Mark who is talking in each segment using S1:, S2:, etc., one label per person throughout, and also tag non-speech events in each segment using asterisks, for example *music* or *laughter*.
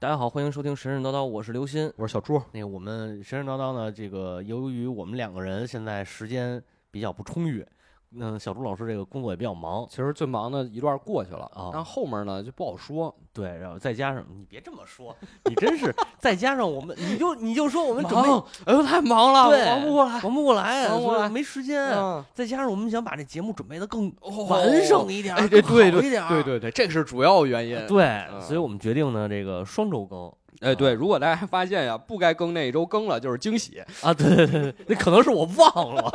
S1: 大家好，欢迎收听《神神叨叨》，我是刘鑫。
S2: 我是小朱，
S1: 那个我们神神叨叨呢，这个由于我们两个人现在时间比较不充裕，嗯，小朱老师这个工作也比较忙，
S2: 其实最忙的一段过去了
S1: 啊
S2: 但后面呢就不好说。
S1: 对，然后再加上你别这么说，你真是再加上我们，你就你就说我们准备
S2: 忙，哎呦，太忙了，
S1: 对
S2: 我忙不过来。
S1: 忙不过来，
S2: 忙不过来
S1: 所以没时间，
S2: 嗯，
S1: 再加上我们想把这节目准备的更
S2: 哦
S1: 完整一点儿，
S2: 哎，对对
S1: 更好
S2: 对
S1: 一点儿，
S2: 对嗯对对，这是主要原因。
S1: 对，所以我们决定呢，这个双周更
S2: 哎，对，如果大家发现呀，不该更那一周更了，就是惊喜
S1: *laughs* 啊，对对对，对那可能是我忘了，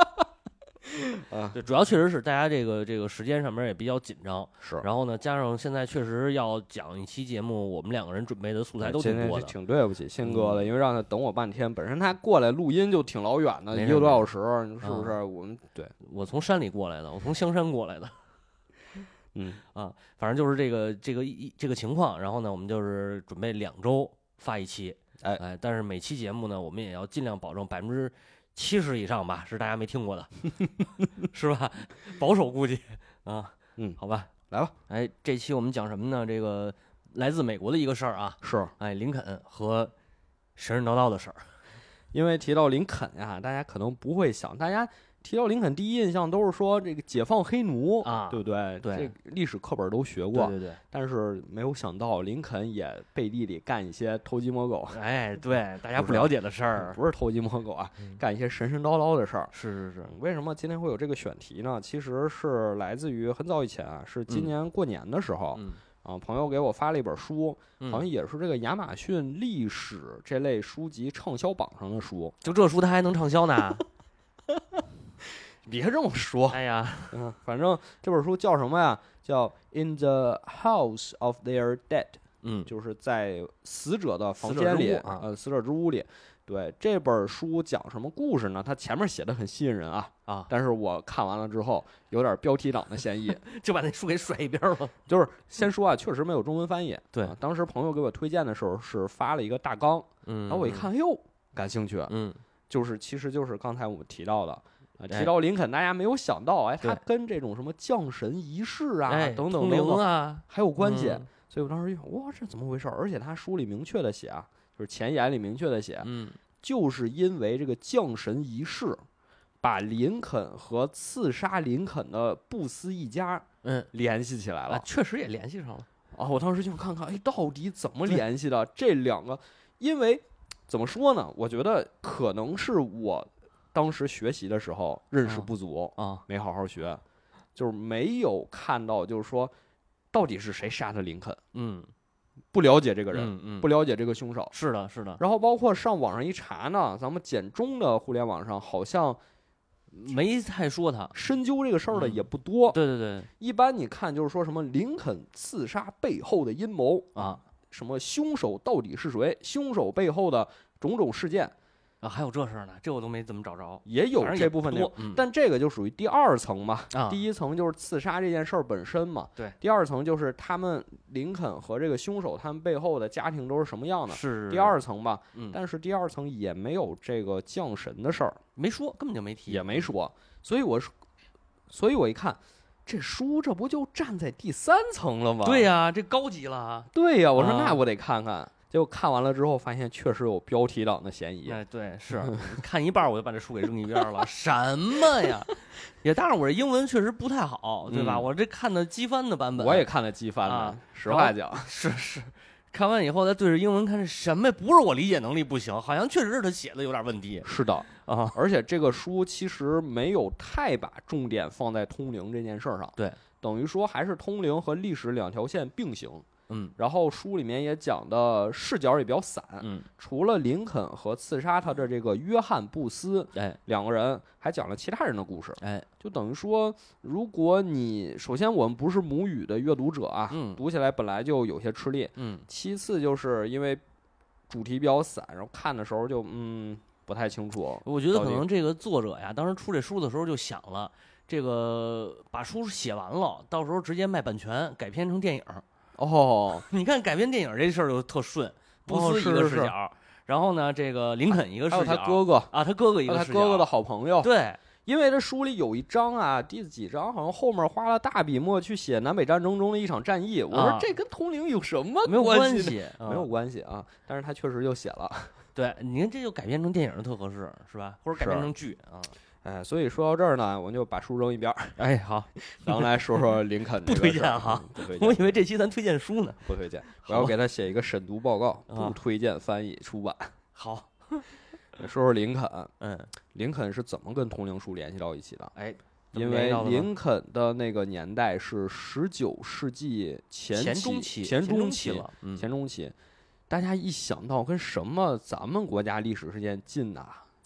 S2: *laughs* 啊。
S1: 对，主要确实是大家这个这个时间上面也比较紧张，
S2: 是，
S1: 然后呢，加上现在确实要讲一期节目，我们两个人准备的素材都
S2: 哎今
S1: 挺
S2: 天
S1: 多
S2: 是
S1: 的，
S2: 挺嗯对不起信哥的，因为让他等我半天。本身他过来录音就挺老远的，
S1: 没事
S2: 一个多小时，你说是不是？我们嗯对，
S1: 我从山里过来的，我从香山过来的，
S2: 嗯，
S1: 反正就是这个这个一这个情况，然后呢，我们就是准备两周发一期，
S2: 哎
S1: 哎，但是每期节目呢，我们也要尽量保证百分之七十以上吧，是大家没听过
S2: *laughs*
S1: 的，是吧？保守估计啊，
S2: 嗯
S1: 好吧，
S2: 来吧，
S1: 哎，这期我们讲什么呢？这个来自美国的一个事儿啊，
S2: 是
S1: 哎，林肯和神神叨叨的事儿，
S2: 因为提到林肯呀，大家可能不会想，大家提到林肯第一印象都是说这个解放黑奴
S1: 啊
S2: 哦对不对？
S1: 对
S2: 这个历史课本都学过，
S1: 对对对，
S2: 但是没有想到林肯也背地里干一些偷鸡摸狗，
S1: 哎，对，大家
S2: 不
S1: 不
S2: 是
S1: 了解的事儿，
S2: *laughs* 嗯不是偷鸡摸狗啊，
S1: 嗯
S2: 干一些神神叨叨的事儿。
S1: 是是是，
S2: 为什么今天会有这个选题呢？其实是来自于很早以前啊，是今年过年的时候、
S1: 嗯，
S2: 啊，朋友给我发了一本书，
S1: 嗯
S2: 好像也是这个亚马逊历史这类书籍畅销榜上的书。
S1: 就这书他还能畅销 *laughs* 呢，
S2: 别这么说，
S1: 哎呀，
S2: 嗯，反正这本书叫什么呀？叫《In the House of Their Dead》，
S1: 嗯，
S2: 就是在死者的房
S1: 死者
S2: 间
S1: 之
S2: 里，
S1: 屋啊
S2: 呃，死者之屋里。对这本书讲什么故事呢？它前面写的很吸引人啊，
S1: 啊，
S2: 但是我看完了之后有点标题党的嫌疑。 *laughs*
S1: 就把那书给甩一边儿了。
S2: 就是先说啊，确实没有中文翻译。
S1: 对
S2: 啊当时朋友给我推荐的时候是发了一个大纲，
S1: 嗯，
S2: 然后我一看，哎呦，感兴趣，
S1: 嗯，
S2: 就是其实就是刚才我们提到的。啊，
S1: 哎
S2: 提到林肯，大家没有想到，哎，他
S1: 对
S2: 跟这种什么降神仪式啊，
S1: 哎，通
S2: 等等
S1: 灵
S2: 等等，
S1: 啊，
S2: 还有关系。
S1: 嗯
S2: 所以我当时一想，哇，这怎么回事儿？而且他书里明确的写啊，就是前言里明确的写，啊
S1: 嗯，
S2: 就是因为这个降神仪式，把林肯和刺杀林肯的布斯一家
S1: 嗯
S2: 联系起来了
S1: 啊，。确实也联系上了。
S2: 啊，我当时就看看，哎，到底怎么
S1: 对
S2: 联系的这两个？因为怎么说呢？我觉得可能是我当时学习的时候认识
S1: 啊
S2: 不足，
S1: 啊，
S2: 没好好学，就是没有看到，就是说到底是谁杀的林肯，
S1: 嗯，
S2: 不了解这个人，
S1: 嗯嗯，
S2: 不了解这个凶手。
S1: 是的，是的，
S2: 然后包括上网上一查呢，咱们简中的互联网上好像
S1: 没太说他。
S2: 深究这个事儿的
S1: 嗯
S2: 也不多。
S1: 对对对，
S2: 一般你看就是说什么林肯刺杀背后的阴谋
S1: 啊
S2: 什么凶手到底是谁，凶手背后的种种事件，
S1: 啊，还有这事儿呢，这我都没怎么找着。
S2: 也有
S1: 反正也
S2: 这部分
S1: 不
S2: 内容
S1: 多。，嗯
S2: 但这个就属于第二层嘛，
S1: 啊，
S2: 第一层就是刺杀这件事儿本身嘛。
S1: 对
S2: 第二层就是他们林肯和这个凶手他们背后的家庭都是什么样的。
S1: 是
S2: 第，二层吧，
S1: 嗯，
S2: 但是第二层也没有这个降神的事儿，
S1: 没说，根本就没提，
S2: 也没说，所以我是，所以我一看，这书这不就站在第三层了吗？
S1: 对呀，这高级了啊。
S2: 对呀、我说
S1: 啊
S2: 那我得看看。结果看完了之后，发现确实有标题党的嫌疑。
S1: 哎，
S2: *laughs*
S1: 对，是看一半儿我就把这书给扔一边儿了，什么呀？也当然，我这英文确实不太好，对吧？
S2: 嗯
S1: 我这看的机翻的版本，
S2: 我也看了机翻了，
S1: 啊
S2: 实话讲，
S1: 是是，看完以后再对着英文看是什么呀？不是我理解能力不行，好像确实是他写的有点问题
S2: 是的。
S1: *laughs* 啊。
S2: 而且这个书其实没有太把重点放在通灵这件事儿上，
S1: 对，
S2: 等于说还是通灵和历史两条线并行。
S1: 嗯
S2: 然后书里面也讲的视角也比较散，
S1: 嗯，
S2: 除了林肯和刺杀他的这个约翰布斯
S1: 哎
S2: 两个人，还讲了其他人的故事。
S1: 哎，
S2: 就等于说，如果你首先我们不是母语的阅读者啊，
S1: 嗯
S2: 读起来本来就有些吃力。
S1: 嗯
S2: 其次就是因为主题比较散，然后看的时候就嗯不太清楚。
S1: 我觉得
S2: 到
S1: 可
S2: 底
S1: 能这个作者呀，当时出这书的时候就想了，这个把书写完了，到时候直接卖版权，改编成电影儿。
S2: 哦，
S1: *laughs* 你看改编电影儿这事儿就特顺，布
S2: 哦
S1: 斯一
S2: 是
S1: 个
S2: 是
S1: 视
S2: 是
S1: 角儿，然后呢，这个林肯一个
S2: 还有
S1: 视角
S2: 他
S1: 儿，
S2: 哥哥，
S1: 啊，他哥哥一
S2: 还
S1: 个
S2: 有他
S1: 视角
S2: 哥哥
S1: 儿
S2: 的好朋友，
S1: 对，
S2: 因为这书里有一章啊，第几章好像后面花了大笔墨去写南北战争中的一场战役。我说
S1: 啊
S2: 这跟通灵有什么
S1: 没有
S2: 关
S1: 关
S2: 呢？
S1: 系，啊
S2: 没有关系啊，但是他确实就写了，
S1: 对，你看这就改编成电影特合适，是吧？或者改编成剧啊？
S2: 哎，所以说到这儿呢，我们就把书扔一边儿，
S1: 哎，好，
S2: 然后来说说林肯
S1: 不
S2: 这个
S1: 推
S2: 事儿
S1: 荐哈
S2: 嗯不推荐，
S1: 我以为这期咱推荐书呢。
S2: 不推荐，我
S1: 好
S2: 要给他写一个审读报告，
S1: 啊
S2: 不推荐翻译出版。 *laughs*
S1: 好，
S2: 说说林肯，
S1: 嗯，
S2: 林肯是怎么跟通灵术联系到一起的？
S1: 哎，怎么
S2: 因
S1: 联系
S2: 为
S1: 到的呢
S2: 林肯的那个年代是十九世纪前
S1: 前
S2: 期
S1: 中期，
S2: 前
S1: 中
S2: 期
S1: 了，嗯，
S2: 前中期，大家一想到跟什么咱们国家历史事件近呐、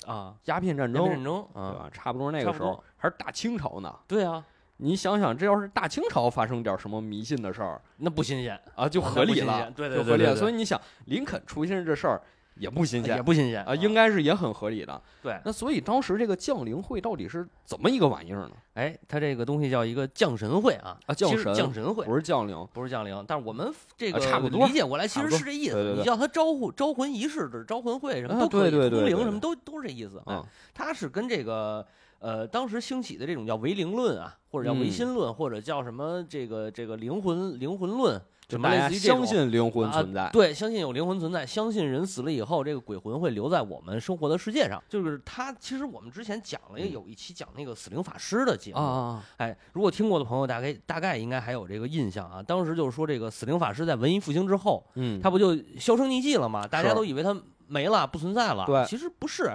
S1: 啊，
S2: 鸦片战
S1: 鸦
S2: 争，
S1: 片战争
S2: 对
S1: 啊，
S2: 吧？差不多那个
S1: 差不
S2: 时候
S1: 多
S2: 还是大清朝呢。
S1: 对啊，
S2: 你想想，这要是大清朝发生点什么迷信的事儿
S1: 那不新鲜，
S2: 啊，就
S1: 那
S2: 合
S1: 不
S2: 理
S1: 新
S2: 了
S1: 鲜，对对
S2: 就
S1: 对，
S2: 合理
S1: 对
S2: 了。
S1: 对
S2: 所以你想，林肯出现这事儿也不新
S1: 也
S2: 鲜
S1: 不新鲜
S2: 啊，应
S1: 该
S2: 该是也很合理的。
S1: 对。
S2: 那所以当时这个降临会到底是怎么一个玩意儿呢？
S1: 哎，它这个东西叫一个降神会啊，
S2: 啊
S1: 其
S2: 降
S1: 实
S2: 神
S1: 降神会
S2: 不是降临，
S1: 不是降临，但是我们这
S2: 啊
S1: 个
S2: 差不多
S1: 理解过来，其
S2: 差不
S1: 实
S2: 多
S1: 是这意
S2: 对对
S1: 思。
S2: 对
S1: 你叫它招呼招魂仪式、招魂会什么
S2: 啊
S1: 都可以，
S2: 对对对
S1: 通
S2: 对
S1: 灵
S2: 对
S1: 什么都都是这意思。哎
S2: 嗯，
S1: 它是跟这个呃当时兴起的这种叫唯灵论啊，或者叫唯心论，或者叫什么这个这个灵魂灵魂论，
S2: 就
S1: 什
S2: 大
S1: 么
S2: 家
S1: 类似于这种
S2: 相信灵魂存在
S1: 啊，对，相信有灵魂存在，相信人死了以后，这个鬼魂会留在我们生活的世界上。就是它，其实我们之前讲了
S2: 嗯
S1: 有一期讲那个死灵法师的节目，
S2: 啊
S1: 哎，如果听过的朋友，大概大概应该还有这个印象啊。当时就是说，这个死灵法师在文艺复兴之后，
S2: 嗯，
S1: 他不就销声匿迹了吗？大家都以为他没了，不存在了。
S2: 对
S1: 其实不是，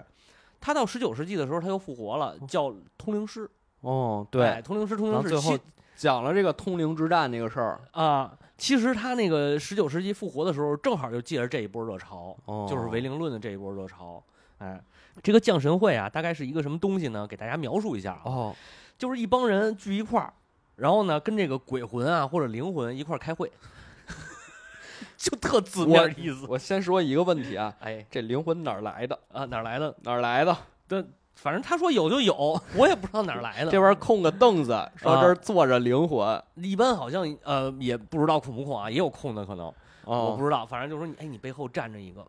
S1: 他到十九世纪的时候，他又复活了，叫通灵师。
S2: 哦
S1: 哎
S2: 对，
S1: 通灵师，通
S2: 然
S1: 灵
S2: 后
S1: 师。
S2: 最后
S1: 其
S2: 讲了这个通灵之战这个事儿，
S1: 啊，其实他那个十九世纪复活的时候，正好就借着这一波热潮，
S2: 哦
S1: 就是唯灵论的这一波热潮。哎，这个降神会啊，大概是一个什么东西呢？给大家描述一下啊。
S2: 哦
S1: 就是一帮人聚一块儿，然后呢，跟这个鬼魂啊或者灵魂一块儿开会， *laughs* 就特字面意思。
S2: 我先说一个问题啊，
S1: 哎
S2: 这灵魂哪儿来的？
S1: 啊，哪儿来的？
S2: 哪儿来的？
S1: 反正他说有就有，我也不知道哪儿来的。
S2: 这边儿空个凳子，
S1: 嗯
S2: 说这儿坐着灵魂。
S1: 一般好像呃也不知道空不空啊，也有空的可能，我
S2: 哦，
S1: 不知道。反正就是说你哎，你背后站着一个，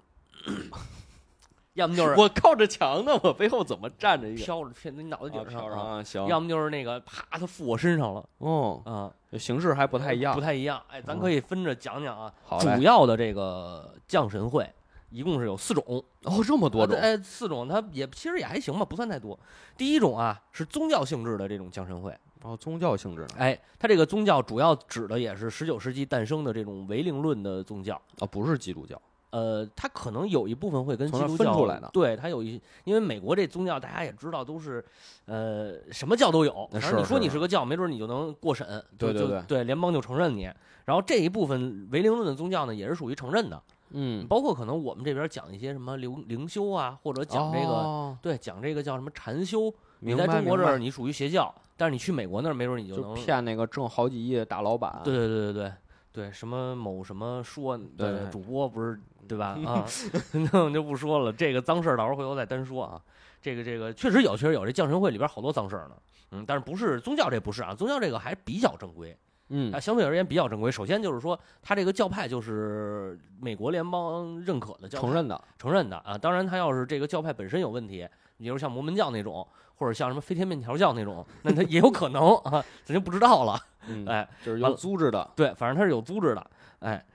S1: *coughs* 要么就是
S2: 我靠着墙呢，我背后怎么站着一个？
S1: 飘着飘你脑袋顶上
S2: 上
S1: 啊，
S2: 啊，行。
S1: 要么就是那个啪，他附我身上了
S2: 哦，
S1: 啊，
S2: 形式还不太一样哦
S1: 不。太一样。哎，咱可以分着讲讲啊。
S2: 好嘞
S1: 主。要的这个降神会一共是有四种，
S2: 哦，这么多种
S1: 啊。哎，四种，它也其实也还行吧，不算太多。第一种啊是宗教性质的这种降神会，
S2: 哦，宗教性质的
S1: 哎，它这个宗教主要指的也是十九世纪诞生的这种唯灵论的宗教。
S2: 啊，不是基督教。
S1: 呃，它可能有一部分会跟基
S2: 从那
S1: 督
S2: 分
S1: 教
S2: 出来的
S1: 对，它有一，因为美国这宗教大家也知道都是，呃，什么教都有，
S2: 那
S1: 反
S2: 是
S1: 正你说
S2: 是
S1: 你是个教，没准你就能过审，就
S2: 对对
S1: 就
S2: 对
S1: 对，联邦就承认你。然后这一部分唯灵论的宗教呢，也是属于承认的，
S2: 嗯，
S1: 包括可能我们这边讲一些什么灵灵修啊，或者讲这个、
S2: 哦
S1: 对，讲这个叫什么禅修。你
S2: 明
S1: 在
S2: 白
S1: 中国这
S2: 明白
S1: 儿你属于邪教，但是你去美国那儿没准你就
S2: 就
S1: 能。
S2: 骗那个挣好几亿的大老板。
S1: 对对对对对对，什么某什么说
S2: 对
S1: 的主播不是对吧？啊， *laughs* 那我们就不说了，这个脏事儿到时候回头再单说啊。这个这个确实有，确实有，这降神会里边好多脏事儿呢。嗯，但是不是宗教这不是啊？宗教这个还比较正规，
S2: 嗯
S1: 啊，相对而言比较正规。首先就是说，它这个教派就是美国联邦认可的教派
S2: 承认的。
S1: 承认的啊。当然，他要是这个教派本身有问题，比如像摩门教那种，或者像什么飞天面条教那种，那他也有可能啊，咱就不知道了。
S2: 嗯，
S1: 哎，
S2: 就是
S1: 完了
S2: 有组织的。
S1: 对，反正他是有组织的。哎，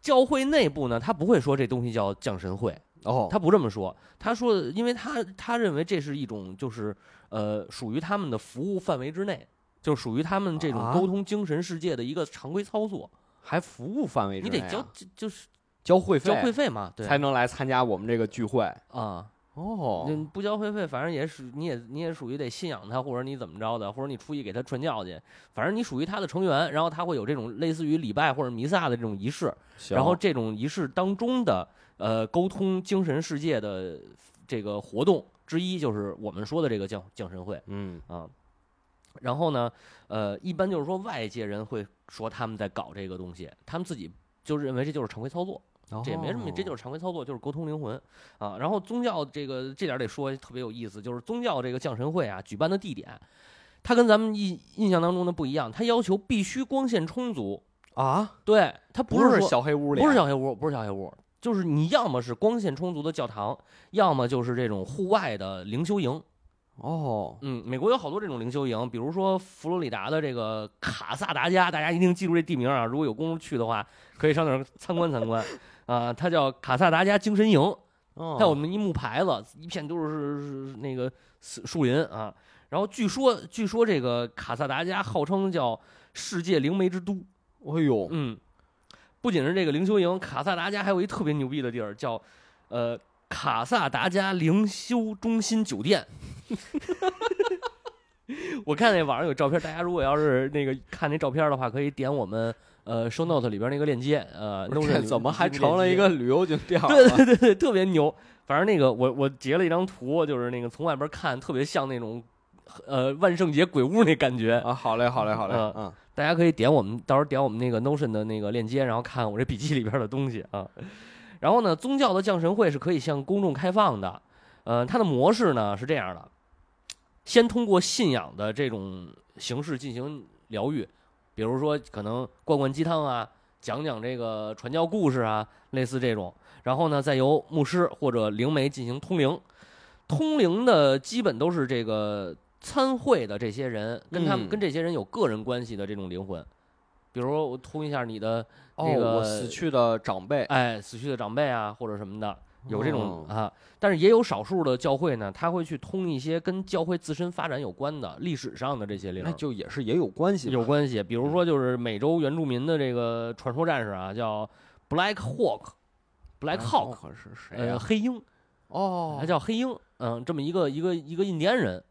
S1: 教会内部呢，他不会说这东西叫降神会，
S2: 哦，
S1: 他不这么说。他说的，因为他他认为这是一种就是呃，属于他们的服务范围之内。就是属于他们这种
S2: 啊
S1: 沟通精神世界的一个常规操作，
S2: 还服务范围之
S1: 你
S2: 内
S1: 得
S2: 啊
S1: 交就就是
S2: 交会费
S1: 交会费嘛，对
S2: 才能来参加我们这个聚会。
S1: 啊，
S2: 哦
S1: 你不交会费，反正也是你也你也属于得信仰他，或者你怎么着的，或者你出去给他传教去，反正你属于他的成员，然后他会有这种类似于礼拜或者弥撒的这种仪式，
S2: 行
S1: 然后这种仪式当中的呃沟通精神世界的这个活动之一，就是我们说的这个降降神会
S2: 嗯，
S1: 啊。然后呢，呃，一般就是说外界人会说他们在搞这个东西，他们自己就认为这就是常规操作。这也没什么，这
S2: 哦
S1: 就是常规操作，就是沟通灵魂啊。然后宗教这个这点儿得说特别有意思，就是宗教这个降神会啊，举办的地点，它跟咱们印印象当中的不一样，它要求必须光线充足，
S2: 啊，
S1: 对，它
S2: 不
S1: 是
S2: 是
S1: 说
S2: 小黑屋里，啊
S1: 不是小黑屋，不是小黑屋，就是你要么是光线充足的教堂，要么就是这种户外的灵修营
S2: 哦，
S1: 嗯，美国有好多这种灵修营，比如说佛罗里达的这个卡萨达加，大家一定记住这地名啊！如果有功夫去的话，可以上那儿参观参观啊。它叫卡萨达加精神营，
S2: 哦
S1: 它有那么一木牌子，一片都是是那个树树林啊。然后据说，据说这个卡萨达加号称叫世界灵媒之都，
S2: 哎呦，
S1: 嗯，不仅是这个灵修营，卡萨达加还有一特别牛逼的地儿，叫呃卡萨达加灵修中心酒店。 *laughs* 我看那网上有照片，大家如果要是那个看那照片的话，可以点我们呃 show note 里边那个链接，呃，
S2: 不
S1: notion
S2: 是
S1: 里
S2: 这
S1: 面
S2: 怎么还
S1: 那链
S2: 成了一
S1: 接 *laughs*
S2: 个啊旅游景点儿
S1: 对
S2: 了？
S1: 对对对，特别牛。反正那个我我截了一张图，就是那个从外边看特别像那种呃万圣节鬼屋那感觉。
S2: 啊，好嘞，好嘞，好嘞，
S1: 嗯
S2: 嗯，
S1: 大家可以点我们到时候点我们那个 Notion 的那个链接，然后看我这笔记里边的东西啊。然后呢，宗教的降神会是可以向公众开放的，呃，它的模式呢是这样的：先通过信仰的这种形式进行疗愈，比如说可能灌灌鸡汤啊，讲讲这个传教故事啊，类似这种。然后呢，再由牧师或者灵媒进行通灵。通灵的基本都是这个参会的这些人，跟他们、
S2: 嗯
S1: 跟这些人有个人关系的这种灵魂。比如说，我通一下你的
S2: 哦，
S1: 那个
S2: 我死去的长辈，
S1: 哎死去的长辈啊，或者什么的，有这种、
S2: 哦
S1: 啊。但是也有少数的教会呢，他会去通一些跟教会自身发展有关的历史上的这些灵
S2: 那。就嗯也是也有关系吧，
S1: 有关系。比如说，就是美洲原住民的这个传说战士啊，叫 Black Hawk，Black
S2: 哎
S1: Hawk，、
S2: 可是谁
S1: 呃，
S2: 呀？
S1: 黑鹰，
S2: 哦
S1: 他，叫黑鹰，嗯，这么一个一个一个印第安人。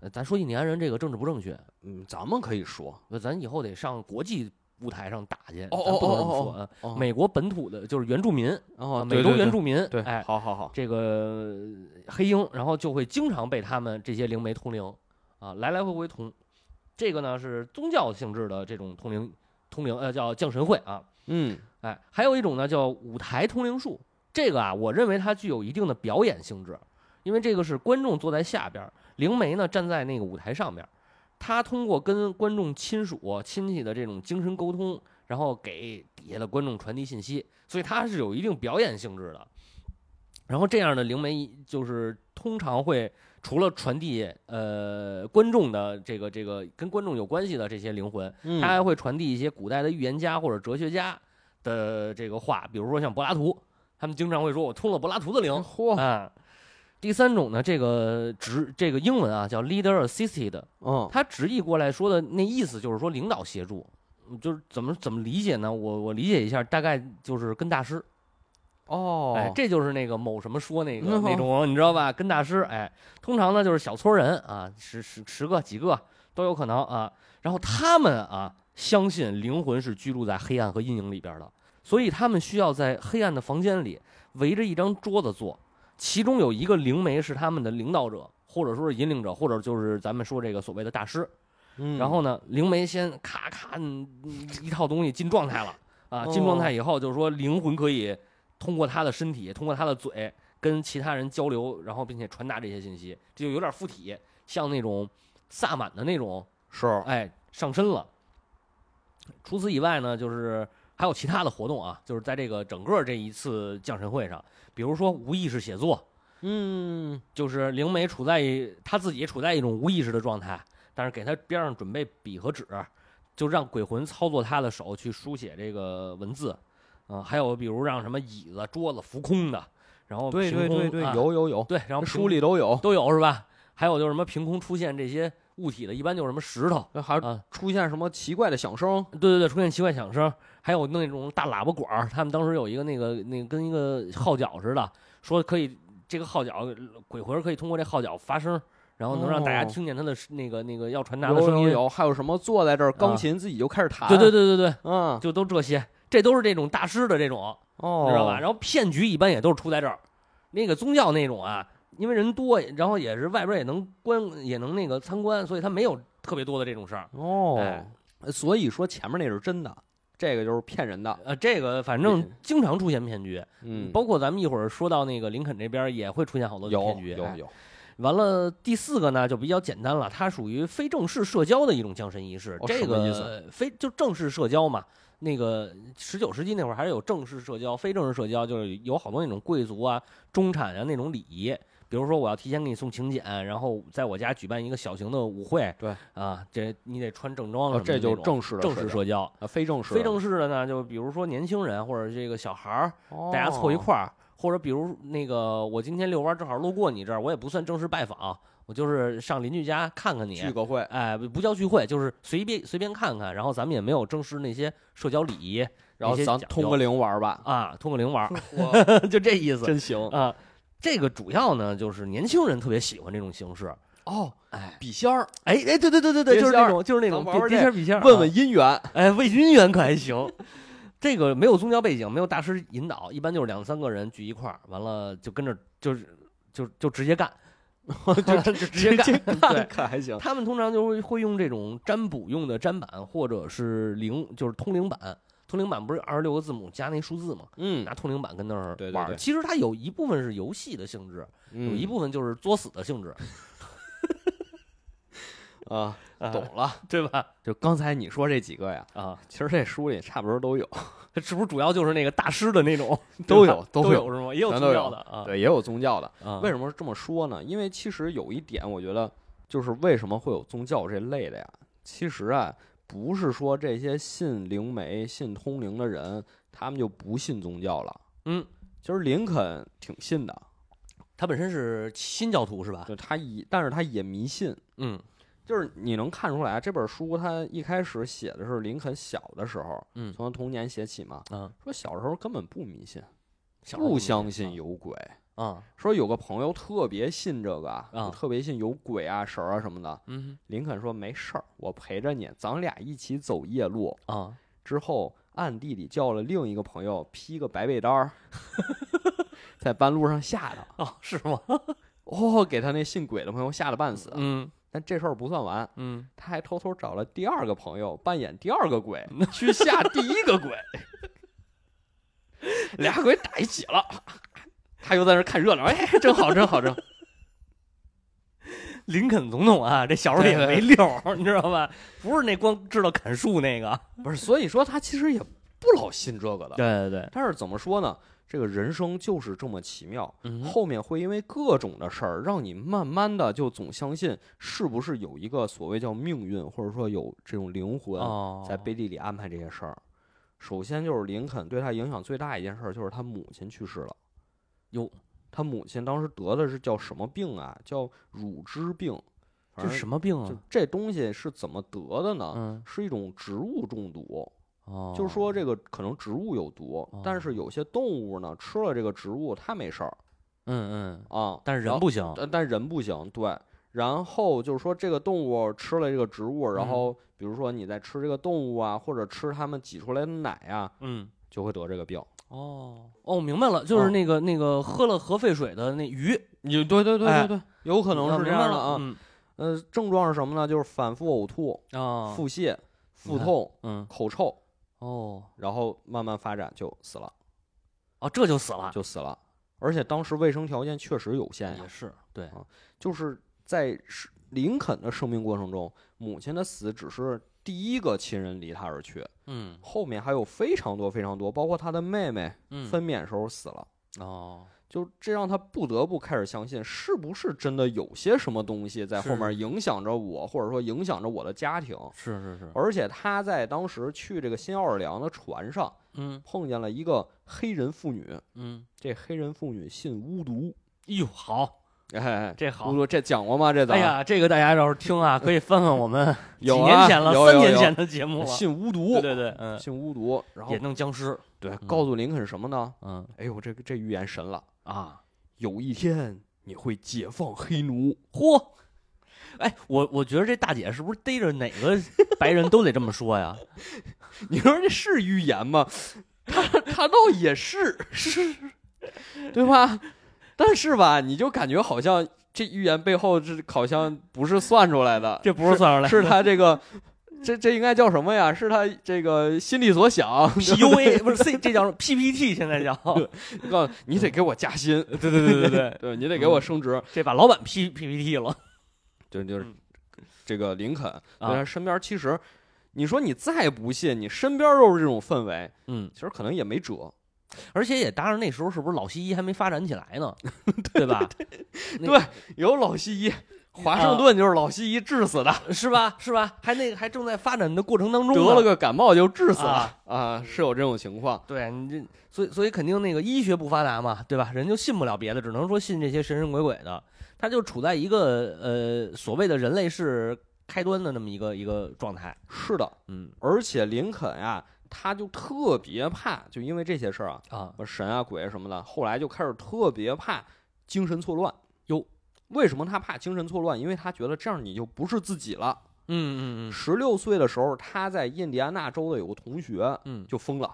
S1: 呃咱说印第安人这个政治不正确，
S2: 嗯，咱们可以说，
S1: 呃咱以后得上国际舞台上打去，
S2: 哦
S1: 咱不能这
S2: 哦
S1: 么
S2: 哦
S1: 说。呃
S2: 哦
S1: 美国本土的就是原住民，
S2: 哦
S1: 啊，
S2: 对
S1: 美洲
S2: 对
S1: 原
S2: 对
S1: 住民，
S2: 对，
S1: 哎，
S2: 好好好，
S1: 这个呃黑鹰，然后就会经常被他们这些灵媒通灵啊，来来回回通。这个呢是宗教性质的这种通灵，通灵呃叫降神会啊，
S2: 嗯，
S1: 哎，还有一种呢叫舞台通灵术，这个啊，我认为它具有一定的表演性质，因为这个是观众坐在下边儿，灵媒呢站在那个舞台上边儿，他通过跟观众亲属、啊亲戚的这种精神沟通，然后给底下的观众传递信息，所以它是有一定表演性质的。然后这样的灵媒就是通常会除了传递呃观众的这个这个跟观众有关系的这些灵魂，
S2: 嗯
S1: 他还会传递一些古代的预言家或者哲学家的这个话，比如说像柏拉图，他们经常会说我通了柏拉图的灵
S2: 嚯，
S1: 啊。第三种呢，这个直这个英文啊叫 leader assisted，
S2: 嗯，
S1: 它直译过来说的那意思就是说领导协助，嗯就是怎么怎么理解呢？我我理解一下，大概就是跟大师，
S2: 哦，
S1: 哎，这就是那个某什么说那个
S2: 嗯
S1: 那种，你知道吧？跟大师，哎，通常呢就是小撮人啊，十十十个几个都有可能啊。然后他们啊，相信灵魂是居住在黑暗和阴影里边的，所以他们需要在黑暗的房间里围着一张桌子坐，其中有一个灵媒是他们的领导者，或者说是引领者，或者就是咱们说这个所谓的大师。
S2: 嗯
S1: 然后呢，灵媒先咔咔嗯一套东西进状态了啊，进状态以后就是说灵魂可以通过他的身体，通过他的嘴跟其他人交流，然后并且传达这些信息，这就有点附体，像那种萨满的那种，
S2: 是，啊
S1: 哎，上身了。除此以外呢，就是还有其他的活动啊，就是在这个整个这一次降神会上，比如说无意识写作，
S2: 嗯，
S1: 就是灵媒处在一他自己也处在一种无意识的状态，但是给他边上准备笔和纸，就让鬼魂操作他的手去书写这个文字，啊、还有比如让什么椅子、桌子浮空的，然后
S2: 对
S1: 凭
S2: 对
S1: 空
S2: 对对，
S1: 啊
S2: 有有有，
S1: 对，然后
S2: 书里都有，
S1: 都有是吧？还有就是什么凭空出现这些物体的，一般就是什么石头
S2: 那还
S1: 啊，
S2: 出现什么奇怪的响声？
S1: 对对对，出现奇怪响声，还有那种大喇叭管儿，他们当时有一个那个那个跟一个号角似的，说可以这个号角呃鬼魂可以通过这号角发声，然后能让大家
S2: 哦
S1: 听见他的那个那个要传达
S2: 有
S1: 的声
S2: 有
S1: 音。
S2: 有，还有什么坐在这儿
S1: 啊
S2: 钢琴自己就开始弹？
S1: 对对，对对对，
S2: 嗯，
S1: 就都这些，这都是这种大师的这种，
S2: 哦，
S1: 你知道吧？然后骗局一般也都是出在这儿，那个宗教那种啊，因为人多，然后也是外边也能观也能那个参观，所以他没有特别多的这种事儿。
S2: 哦
S1: 哎，
S2: 所以说前面那是真的，这个就是骗人的。
S1: 呃，这个反正经常出现骗局。
S2: 嗯，
S1: 包括咱们一会儿说到那个林肯这边儿也会出现好多的
S2: 有
S1: 骗局。
S2: 有
S1: 哎
S2: 有，
S1: 完了，第四个呢就比较简单了，它属于非正式社交的一种降神仪式。
S2: 哦
S1: 这
S2: 什么意思
S1: 个非就正式社交嘛。那个十九世纪那会儿还是有正式社交、非正式社交，就是有好多那种贵族啊、中产啊那种礼仪，比如说我要提前给你送请柬，然后在我家举办一个小型的舞会，
S2: 对
S1: 啊，这你得穿正装
S2: 啊
S1: 了，
S2: 这就正式的
S1: 正式社交。
S2: 啊，非正式的，
S1: 非正式的呢，就比如说年轻人或者这个小孩儿，
S2: 哦
S1: 大家凑一块儿，或者比如那个我今天遛弯儿正好路过你这儿，我也不算正式拜访，我就是上邻居家看看你，
S2: 聚个会，
S1: 哎，不叫聚会，就是随便随便看看，然后咱们也没有正式那些社交礼仪
S2: 然
S1: 那
S2: 后
S1: 些
S2: 咱
S1: 讲
S2: 通
S1: 究
S2: 个零玩
S1: *laughs*
S2: 儿吧，
S1: 啊，通个零
S2: *laughs*
S1: 玩儿，
S2: 哇，
S1: 就这意思
S2: 真行
S1: 啊。这个主要呢，就是年轻人特别喜欢这种形式。
S2: *laughs* 哦，
S1: 哎
S2: 笔仙儿，
S1: 哎哎，对对对对对，就是那种就是那种
S2: 咱玩玩
S1: 笔
S2: 这
S1: 仙笔仙，
S2: 问问姻缘， *laughs*
S1: 哎，魏军元可还行。这个没有宗教背景，没有大师引导，一般就是两三个人聚一块儿，完了就跟着就是就就直接干，
S2: *laughs*
S1: 就就 *laughs* 直接干。对
S2: 看，看还行，
S1: 他们通常就会会用这种占卜用的占板，或者是灵，就是通灵板。通灵板不是二十六个字母加那数字吗？
S2: 嗯，
S1: 拿通灵板跟那儿玩儿。
S2: 对对嗯对
S1: 其实它有一部分是游戏的性质，有
S2: 有
S1: 一部分就是作死的性质，
S2: 啊，懂
S1: 啊
S2: 了。
S1: 对吧？
S2: 就刚才你说这几个呀，
S1: 啊，
S2: 其实这书里差不多都有，
S1: 这是不是主要就是那个大师的那种
S2: 都
S1: 对吧
S2: 有
S1: *laughs* 都
S2: 有，
S1: 是吗？也有
S2: 全
S1: 宗
S2: 都有
S1: 教的啊。
S2: 对，也有宗教的。
S1: 啊，
S2: 为什么这么说呢？因为其实有一点，我觉得就是为什么会有宗教这类的呀？其实啊，不是说这些信灵媒、信通灵的人，他们就不信宗教了。
S1: 嗯，啊
S2: 其实林肯挺信的，
S1: 他本身是新教徒是吧？
S2: 就他也，但是他也迷信。
S1: 嗯
S2: 就是你能看出来，啊这本书它一开始写的是林肯小的时候，
S1: 嗯
S2: 从他童年写起嘛。
S1: 啊，
S2: 说小时候根本不迷信，
S1: 小时候
S2: 不
S1: 迷
S2: 相
S1: 信
S2: 信有鬼。
S1: 啊，
S2: 说有个朋友特别信这个啊，
S1: 啊
S2: 特别信有鬼啊、神儿啊什么的。
S1: 嗯
S2: 林肯说：“没事儿，我陪着你，咱俩一起走夜路。
S1: 啊，”
S2: 之后暗地里叫了另一个朋友披个白被单儿， *laughs* 在半路上吓他，
S1: 哦，是吗？ *laughs*
S2: 哦，给他那信鬼的朋友吓得半死。
S1: 嗯
S2: 但这事儿不算完，
S1: 嗯，
S2: 他还偷偷找了第二个朋友扮演第二个鬼，
S1: 嗯
S2: 去吓第
S1: *laughs*
S2: 一个鬼，俩鬼打一起了。他又在那儿看热闹，哎，真好，真好，真好。 *laughs*
S1: 林肯总统啊，这小时候也
S2: 对
S1: 没
S2: 对
S1: 溜儿，你知道吧？不是那光知道砍树那个，
S2: 不是，所以说他其实也不老信这个的。
S1: 对对对，
S2: 但是怎么说呢？这个人生就是这么奇妙，
S1: 嗯
S2: 后面会因为各种的事儿，让你慢慢的就总相信是不是有一个所谓叫命运，或者说有这种灵魂
S1: 哦，
S2: 在背地里安排这些事儿。首先就是林肯对他影响最大一件事儿，就是他母亲去世了。
S1: 哟，
S2: 他母亲当时得的是叫什么病啊？叫乳汁病。
S1: 这是什
S2: 么？
S1: 么病
S2: 就
S1: 啊？
S2: 这东西是怎么得的呢？
S1: 嗯，
S2: 是一种植物中毒。
S1: 哦，
S2: 就是说这个可能植物有毒，但是
S1: 哦
S2: 有些动物呢吃了这个植物它没事儿
S1: 嗯嗯，
S2: 啊，
S1: 但是
S2: 然
S1: 人
S2: 后
S1: 不行，
S2: 但但人不行，对。然后就是说这个动物吃了这个植物，然
S1: 嗯
S2: 后比如说你在吃这个动物啊，或者吃它们挤出来的奶啊，
S1: 嗯。
S2: 就会得这个病。
S1: 哦哦，我明白了，就是
S2: 嗯
S1: 那个、那个喝了核废水的那鱼，
S2: 你对对对
S1: 哎
S2: 对对，有可能是这样的
S1: 啊
S2: 啊。
S1: 明白了，
S2: 呃，症状是什么呢？就是反复呕吐、
S1: 嗯啊，
S2: 腹泻、
S1: 你
S2: 腹
S1: 看
S2: 痛、
S1: 嗯
S2: 口臭，
S1: 哦
S2: 然后慢慢发展就死了，
S1: 哦，啊这就死了，
S2: 就死了。而且当时卫生条件确实有限呀，
S1: 也是对，
S2: 就是在是林肯的生命过程中，母亲的死只是第一个亲人离他而去，
S1: 嗯
S2: 后面还有非常多非常多，包括他的妹妹
S1: 嗯，
S2: 分娩时候死了，
S1: 哦，
S2: 就这让他不得不开始相信，是不是真的有些什么东西在后面影响着我，或者说影响着我的家庭。
S1: 是是是，
S2: 而且他在当时去这个新奥尔良的船上
S1: 嗯
S2: 碰见了一个黑人妇女，
S1: 嗯，
S2: 这黑人妇女信巫毒，
S1: 哎呦好，
S2: 哎哎，
S1: 这
S2: 哎巫
S1: 好。
S2: 毒这讲过吗？这咱
S1: 哎呀，这个大家要是听啊，可以翻翻我 *laughs* 们几
S2: 有啊
S1: 年前了、
S2: 有
S1: 三
S2: 有
S1: 年
S2: 有
S1: 前的节目了。
S2: 信巫毒，
S1: 对对对，嗯，
S2: 性巫毒，然后
S1: 也弄僵尸，
S2: 对
S1: 嗯
S2: 告诉林肯什么呢？
S1: 嗯
S2: 哎呦，这个这预言神了！
S1: 啊，
S2: 有一天你会解放黑奴， *laughs*
S1: 嚯！哎，我我觉得这大姐是不是逮着哪个白人都得这么说呀？
S2: 你说这是预言吗？他他倒也是 *laughs* 是，对吧？但是吧，你就感觉好像这预言背后这好像不是算出来的，
S1: *laughs* 这不是算出来 *laughs*
S2: *laughs* 是他这个。这这应该叫什么呀？是他这个心里所想， *laughs*
S1: PUA 不是 C，这叫什么 PPT，现 *laughs* 在叫
S2: 告诉你得给我加薪，对对
S1: 对对
S2: 对
S1: 对，
S2: 对你得给我升职，
S1: 这把老板 P PPT 了。
S2: 对，就是
S1: 嗯啊
S2: 这个林肯，对他身边其实，你说你再不信，你身边都是这种氛围，
S1: 嗯
S2: 其实可能也没辙。
S1: 而且也搭上那时候是不是老西医还没发展起来 *laughs* 呢，对吧？
S2: 有老西医，华
S1: 啊
S2: 盛顿就是老西医治死的，
S1: 是吧？是吧？还那个还正在发展的过程当中呢，
S2: 得了个感冒就治死了
S1: 啊
S2: 啊是有这种情况。
S1: 对啊你这，所以所以肯定那个医学不发达嘛，对吧？人就信不了别的，只能说信这些神神鬼鬼的。他就处在一个呃所谓的人类是开端的那么一个一个状态，
S2: 是的，
S1: 嗯
S2: 而且林肯啊，他就特别怕，就因为这些事儿啊，
S1: 啊
S2: 神啊鬼啊什么的，后来就开始特别怕精神错乱。
S1: 哟，
S2: 为什么他怕精神错乱？因为他觉得这样你就不是自己了。
S1: 嗯嗯
S2: 十六岁的时候，他在印第安纳州的有个同学
S1: 嗯
S2: 就疯了，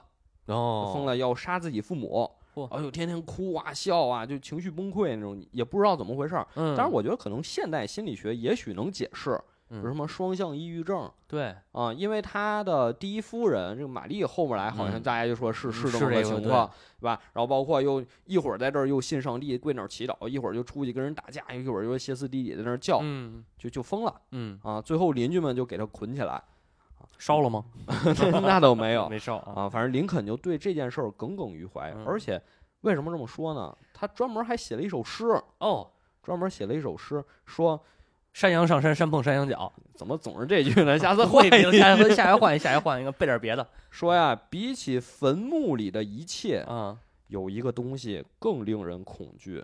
S1: 嗯，哦，
S2: 疯了要杀自己父母
S1: 嚯，
S2: 哎呦，天天哭啊笑啊，就情绪崩溃那种，也不知道怎么回事儿。
S1: 嗯，
S2: 当然，我觉得可能现代心理学也许能解释，比
S1: 嗯
S2: 如什么双向抑郁症
S1: 对
S2: 啊，因为他的第一夫人这个玛丽后面来好像
S1: 嗯
S2: 大家就说是是这么
S1: 是
S2: 个
S1: 这个
S2: 情况，对吧？然后包括又一会儿在这儿又信上帝跪那儿祈祷，一会儿就出去跟人打架，一会儿又歇斯底里在那儿叫，
S1: 嗯
S2: 就就疯了
S1: 嗯，
S2: 啊！最后邻居们就给他捆起来， *laughs*
S1: 烧了吗？
S2: 那倒没有
S1: 没烧啊，
S2: 啊，反正林肯就对这件事儿耿耿于怀，
S1: 嗯
S2: 而且为什么这么说呢？他专门还写了一首诗，
S1: 哦，
S2: 专门写了一首诗说。
S1: 山羊上山，山碰山羊角，
S2: 怎么总是这句呢？下次换
S1: 会
S2: 一
S1: 别的，下
S2: 句。
S1: 回下回换一下回换一个，背点别的 *laughs*
S2: 说呀，比起坟墓里的一切，
S1: 啊，
S2: 有一个东西更令人恐惧，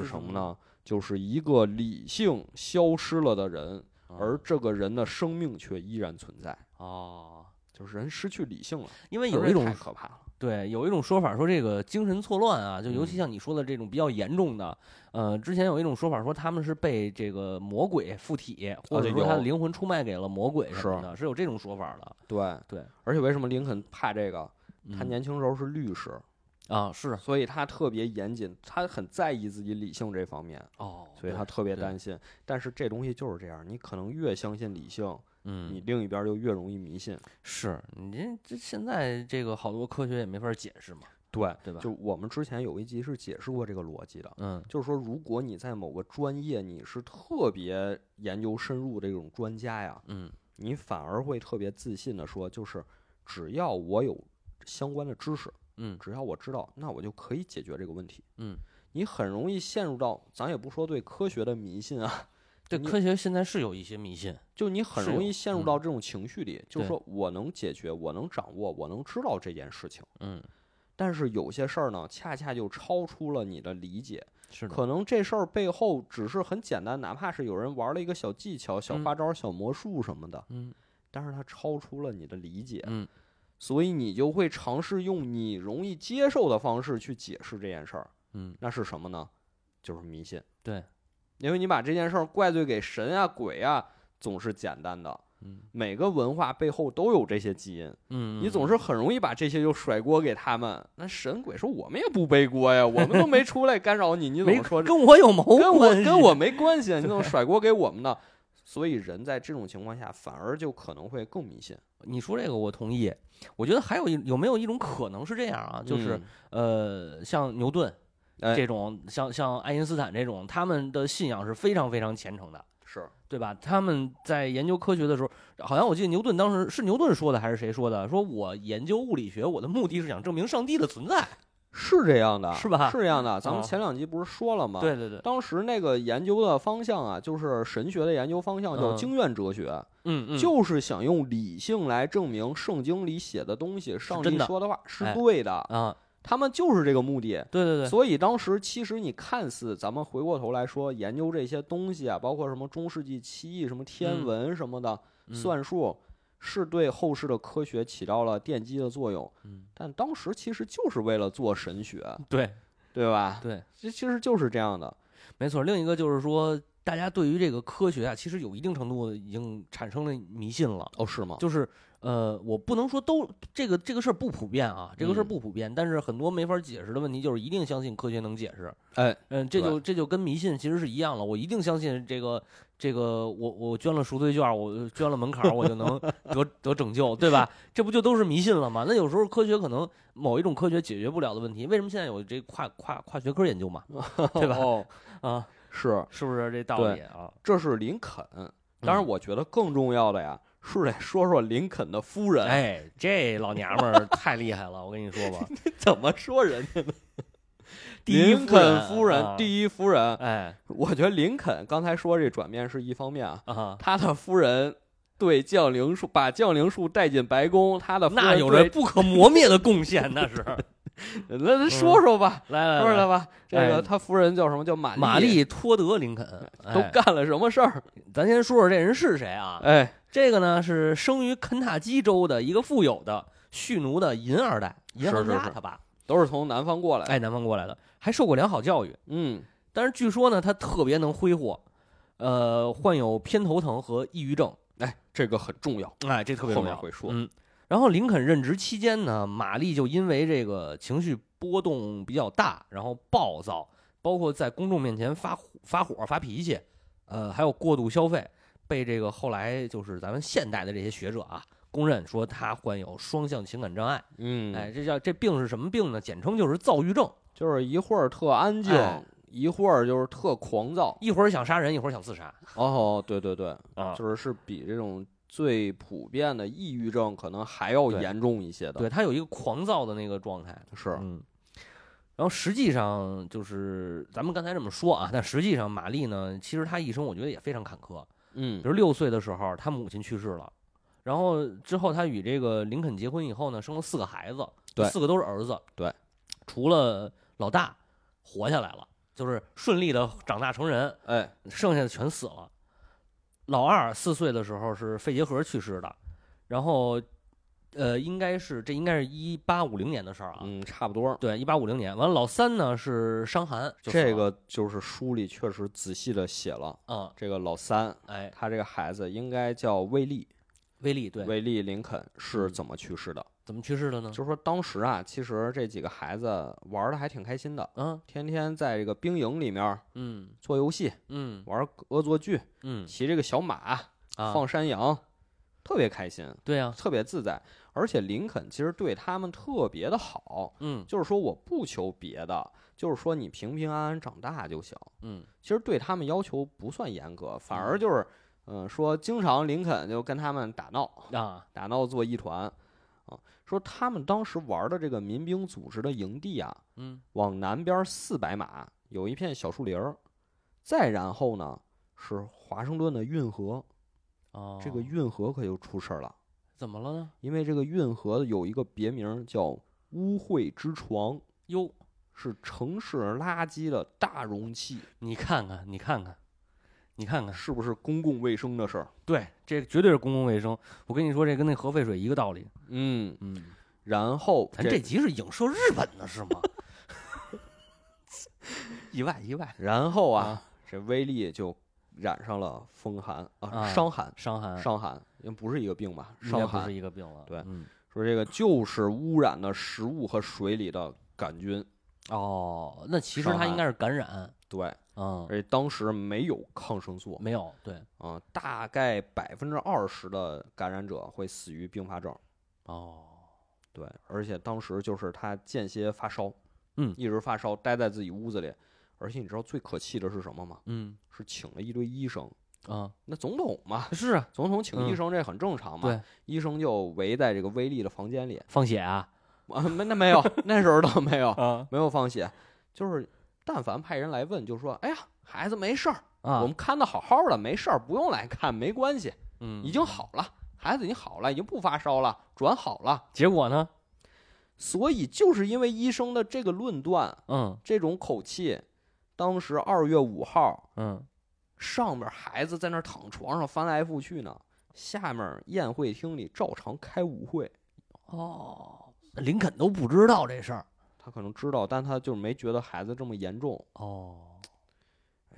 S1: 是
S2: 什
S1: 什
S2: 么
S1: 么
S2: 呢？就是一个理性消失了的人，
S1: 啊
S2: 而这个人的生命却依然存在。
S1: 哦，
S2: 就是人失去理性了，
S1: 因为
S2: 而
S1: 有
S2: 这
S1: 一种
S2: 太可怕了。
S1: 对，有一种说法说这个精神错乱啊，就尤
S2: 嗯
S1: 其像你说的这种比较严重的，呃，之前有一种说法说他们是被这个魔鬼附体，或者
S2: 啊对
S1: 说他的
S2: 有
S1: 灵魂出卖给了魔鬼什么的，是有这种说法的。
S2: 对
S1: 对，
S2: 而且为什么林肯怕这个？他
S1: 嗯
S2: 年轻时候是律师，
S1: 啊是
S2: 所以他特别严谨，他很在意自己理性这方面，
S1: 哦，
S2: 所
S1: 对
S2: 以他特别
S1: 对
S2: 担心。但是这东西就是这样，你可能越相信理性，你
S1: 嗯
S2: 另一边儿就越容易迷信。
S1: 是你这这现在这个好多科学也没法解释嘛，
S2: 对，
S1: 对吧？
S2: 就我们之前有一集是解释过这个逻辑的，
S1: 嗯
S2: 就是说，如果你在某个专业你是特别研究深入的这种专家呀，
S1: 嗯
S2: 你反而会特别自信的说，就是只要我有相关的知识，
S1: 嗯
S2: 只要我知道，那我就可以解决这个问题。
S1: 嗯，
S2: 你很容易陷入到，咱也不说对科学的迷信啊， *laughs*
S1: 对
S2: 你
S1: 科学现在是有一些迷信，
S2: 就你很
S1: 是
S2: 容
S1: 有
S2: 易陷入
S1: 嗯
S2: 到这种情绪里，就是
S1: 对
S2: 说我能解决，我能掌握，我能知道这件事情。
S1: 嗯
S2: 但是有些事儿呢，恰恰就超出了你的理解，
S1: 是的，
S2: 可能这事儿背后只是很简单，哪怕是有人玩了一个小技巧、小
S1: 嗯
S2: 花招、小魔术什么的，
S1: 嗯
S2: 但是它超出了你的理解，
S1: 嗯
S2: 所以你就会尝试用你容易接受的方式去解释这件事儿。
S1: 嗯
S2: 那是什么呢？就是迷信。
S1: 对，
S2: 因为你把这件事儿怪罪给神啊、鬼啊，总是简单的。
S1: 嗯
S2: 每个文化背后都有这些基因，
S1: 嗯，
S2: 你总是很容易把这些就甩锅给他们。那神鬼说我们也不背锅呀，我们都没出来干扰你，你怎
S1: 没
S2: 么说这
S1: 跟我有谋
S2: 跟我
S1: 关系
S2: 跟我没关系啊？你怎么甩锅给我们呢？所以人在这种情况下，反而就可能会更迷信。
S1: 你说这个我同意，我觉得还有一有没有一种可能是这样啊？
S2: 嗯
S1: 就是、呃，像牛顿
S2: 哎
S1: 嗯这种，像像爱因斯坦这种，他们的信仰是非常非常虔诚的，
S2: 是
S1: 对吧？他们在研究科学的时候，好像我记得牛顿当时是牛顿说的还是谁说的？说我研究物理学，我的目的是想证明上帝的存在，
S2: 是这样的，
S1: *laughs* 是吧
S2: 是这样的。咱们
S1: 哦
S2: 前两集不是说了吗？。
S1: 对对对，
S2: 当时那个研究的方向啊，就是神学的研究方向叫
S1: 嗯
S2: 经院哲学，
S1: 嗯嗯，
S2: 就是想用理性来证明圣经里写的东西，上帝
S1: 真的
S2: 说的话是
S1: 哎
S2: 对的。
S1: 啊，
S2: 他们就是这个目的。
S1: 对对对，
S2: 所以当时其实你看似咱们回过头来说，研究这些东西啊，包括什么中世纪七艺、什么天
S1: 嗯
S2: 文什么的、
S1: 嗯
S2: 算术，是对后世的科学起到了奠基的作用。
S1: 嗯
S2: 但当时其实就是为了做神学，
S1: 对
S2: 对吧？
S1: 对，
S2: 这其实就是这样的。
S1: 没错。另一个就是说，大家对于这个科学啊，其实有一定程度的已经产生了迷信了。
S2: 哦，是吗？
S1: 就是呃，我不能说都这个这个事儿不普遍啊，这个事儿
S2: 嗯
S1: 不普遍，但是很多没法解释的问题，就是一定相信科学能解释。
S2: 哎，
S1: 嗯，这
S2: 对
S1: 就这就跟迷信其实是一样了。我一定相信这个这个，我我捐了赎罪券，我捐了门槛儿，我就 *laughs* 能得得拯救，对吧？这不就都是迷信了吗？那有时候科学可能某一种科学解决不了的问题，为什么现在有这跨跨跨学科研究 *laughs* 嘛？对吧
S2: 哦，
S1: 啊，
S2: 是，
S1: 是不是这道
S2: 对
S1: 理啊？
S2: 这是林肯。当然，
S1: 嗯
S2: 我觉得更重要的呀，是得说说林肯的夫人，，
S1: 哎，这老娘们儿太厉害了，我跟你说吧，
S2: 怎么说人家呢？
S1: *laughs* 第一
S2: 林肯夫
S1: 啊
S2: 人，第一夫人，
S1: 哎
S2: 我觉得林肯刚才说这转变是一方面啊，
S1: 啊，
S2: 他的夫人对降灵术，把降灵术带进白宫，他的夫人
S1: 那有着
S2: 对呃
S1: 不可磨灭的贡献，那
S2: *laughs*
S1: 是。
S2: 那那说说吧，
S1: 来来
S2: 说
S1: 来
S2: 说吧，这
S1: 嗯哎
S2: 个他夫人叫什么？叫玛
S1: 玛丽托德林肯，
S2: 都
S1: 哎
S2: 干了什么事儿？
S1: 咱先说说这人是谁啊？
S2: 哎，
S1: 这个呢是生于肯塔基州的一个富有的蓄奴的银二代，银行
S2: 是
S1: 家
S2: 是
S1: 他爸，
S2: 都是从南方过来的。
S1: 哎，南方过来的，还受过良好教育。
S2: 嗯，
S1: 但是据说呢，他特别能挥霍，呃，患有偏头疼和抑郁症，
S2: 哎，这个很重要，
S1: 哎，这特别
S2: 后
S1: 重
S2: 面
S1: 要。
S2: 会说。
S1: 嗯，然后林肯任职期间呢，玛丽就因为这个情绪波动比较大，然后暴躁，包括在公众面前发火发火、发脾气，呃，还有过度消费，被这个后来就是咱们现代的这些学者啊公认说他患有双向情感障碍。
S2: 嗯，
S1: 哎，，这叫这病是什么病呢？简称就是躁郁症，
S2: 就是一会儿特安静
S1: 哎，
S2: 一会儿就是特狂
S1: *laughs*
S2: 躁。
S1: 一会儿想杀人，一会儿想自杀
S2: 哦，对对对，
S1: 啊。
S2: 就是是比这种最普遍的抑郁症可能还要
S1: 对
S2: 严重一些的。
S1: 对他有一个狂躁的那个状态，
S2: 是，
S1: 嗯，然后实际上就是咱们刚才这么说啊，但实际上玛丽呢，其实她一生我觉得也非常坎坷。比
S2: 嗯，
S1: 如六岁的时候，她母亲去世了，然后之后她与这个林肯结婚以后呢，生了四个孩子，
S2: 对
S1: 四个都是儿子，
S2: 对，
S1: 除了老大活下来了，就是顺利的长大成人，
S2: 哎，
S1: 剩下的全死了。老二四岁的时候是肺结核去世的，然后，呃，应该是这应该是一八五零年的事儿啊，
S2: 嗯，差不多。
S1: 对，一八五零年。完了，老三呢是伤寒，就死
S2: 这
S1: 了
S2: 个就是书里确实仔细的写了，
S1: 嗯，
S2: 这个老三，
S1: 哎，
S2: 他这个孩子应该叫威利，
S1: 威力对，
S2: 威利林肯是
S1: 嗯
S2: 怎么去世的？
S1: 怎么去世的呢？
S2: 就是说当时啊，其实这几个孩子玩的还挺开心的，
S1: 啊，
S2: 天天在这个兵营里面
S1: 嗯
S2: 做游戏、
S1: 嗯
S2: 玩恶作剧、
S1: 嗯
S2: 骑这个小马、
S1: 啊，
S2: 放山羊，特别开心，
S1: 对啊呀，
S2: 特别自在。而且林肯其实对他们特别的好，
S1: 嗯
S2: 就是说我不求别的，就是说你平平安安长大就行。
S1: 嗯
S2: 其实对他们要求不算严格，反而
S1: 嗯
S2: 就是，嗯、说经常林肯就跟他们打闹，
S1: 啊，
S2: 打闹作一团，啊，说他们当时玩的这个民兵组织的营地啊，
S1: 嗯
S2: 往南边四百码有一片小树林儿，再然后呢是华盛顿的运河，
S1: 哦，
S2: 这个运河可就出事儿了，
S1: 怎么了呢？
S2: 因为这个运河有一个别名叫污秽之床，
S1: 哟，
S2: 是城市垃圾的大容器，
S1: 你看看，你看看，你看看，
S2: 是不是公共卫生的事儿？
S1: 对，这绝对是公共卫生。我跟你说，这跟那核废水一个道理。
S2: 嗯，
S1: 嗯，
S2: 然后
S1: 咱这集是影射日本的是吗？ *laughs* 意外意外，
S2: 然后啊，
S1: 啊
S2: 这威力就染上了风寒啊，
S1: 啊
S2: 伤寒，
S1: 伤寒，
S2: 伤寒，因为不是一个病吧？
S1: 应该
S2: 伤
S1: 不是
S2: 寒
S1: 一个病了。
S2: 对
S1: 嗯，
S2: 说这个就是污染的食物和水里的杆菌。
S1: 哦，那其实
S2: 伤
S1: 它应
S2: 寒
S1: 该是感染，
S2: 对，
S1: 嗯，
S2: 而且当时没有抗生素
S1: 没有，对，
S2: 啊、大概百分之二十的感染者会死于并发症。
S1: 哦，
S2: 对，而且当时就是他间歇发烧，
S1: 嗯
S2: 一直发烧，待在自己屋子里。而且你知道最可气的是什么吗？
S1: 嗯
S2: 是请了一堆医生，
S1: 啊，
S2: 那总统嘛，
S1: 是啊，
S2: 总统请医
S1: 嗯
S2: 生这很正常嘛。
S1: 对，
S2: 医生就围在这个威利的房间里，
S1: 放血啊，
S2: 啊，没那
S1: *laughs*
S2: 没有，那时候倒没有，
S1: 啊
S2: 没有放血，就是但凡派人来问，就说，哎呀，孩子没事儿，我
S1: 啊
S2: 们，看的好好的，没事儿，不用来看，没关系，
S1: 嗯，
S2: 已经，好了，孩子已经好了，已经不发烧了，转好了。
S1: 结果呢，
S2: 所以就是因为医生的这个论断，
S1: 嗯
S2: 这种口气，当时二月五号
S1: 嗯，
S2: 上边孩子在那儿躺床上翻来覆去呢，下面宴会厅里照常开舞会。
S1: 哦，林肯都不知道这事儿，
S2: 他可能知道，但他就是没觉得孩子这么严重。
S1: 哦，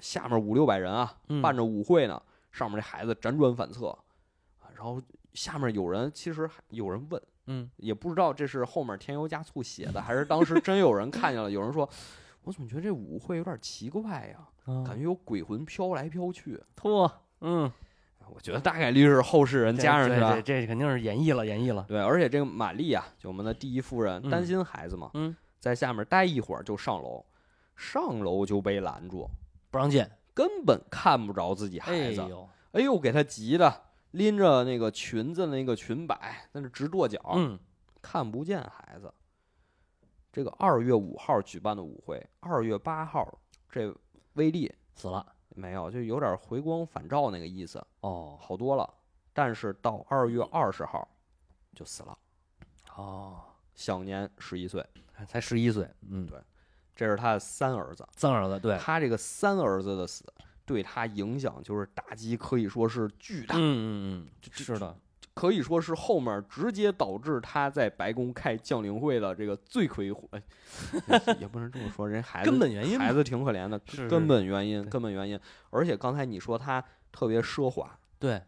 S2: 下面五六百人啊，
S1: 嗯
S2: 办着舞会呢，上面这孩子辗转反侧，啊然后下面有人其实还有人问，
S1: 嗯，
S2: 也不知道这是后面添油加醋写的，还是当时真有人看见了，有人说。我怎么觉得这舞会有点奇怪呀、感
S1: 觉
S2: 觉有鬼魂飘来飘去。
S1: 嗯嚯，嗯，
S2: 我觉得大概率是后世人
S1: 这
S2: 加上去
S1: 这这
S2: 的。
S1: 这肯定是演绎了，演绎了，
S2: 对，而且这个玛丽啊，就我们的第一夫人，
S1: 嗯
S2: 担心孩子嘛，
S1: 嗯
S2: 在下面待一会儿就上楼，上楼就被拦住，
S1: 不让进，
S2: 根本看不着自己
S1: 哎
S2: 孩子。
S1: 呦，
S2: 哎呦，给他急的，拎着那个裙子那个裙摆，那是直跺脚，
S1: 嗯，
S2: 看不见孩子。这个二月五号举办的舞会，二月八号这威力
S1: 死了
S2: 没有，就有点回光返照那个意思，
S1: 哦
S2: 好多了。但是到二月二十号就死了，
S1: 哦，
S2: 享年十一岁。
S1: 才十一岁，嗯，
S2: 对这是他的三儿子，
S1: 三儿子对，
S2: 他这个三儿子的死对他影响就是打击，可以说是巨大，
S1: 嗯嗯嗯，是的，
S2: 可以说是后面直接导致他在白宫开降临会的这个罪魁祸，哎也不能这么说，人孩子
S1: 根本原因嘛
S2: 孩子挺可怜的，
S1: 是是
S2: 根本原因，根本原因。而且刚才你说他特别奢华，
S1: 对，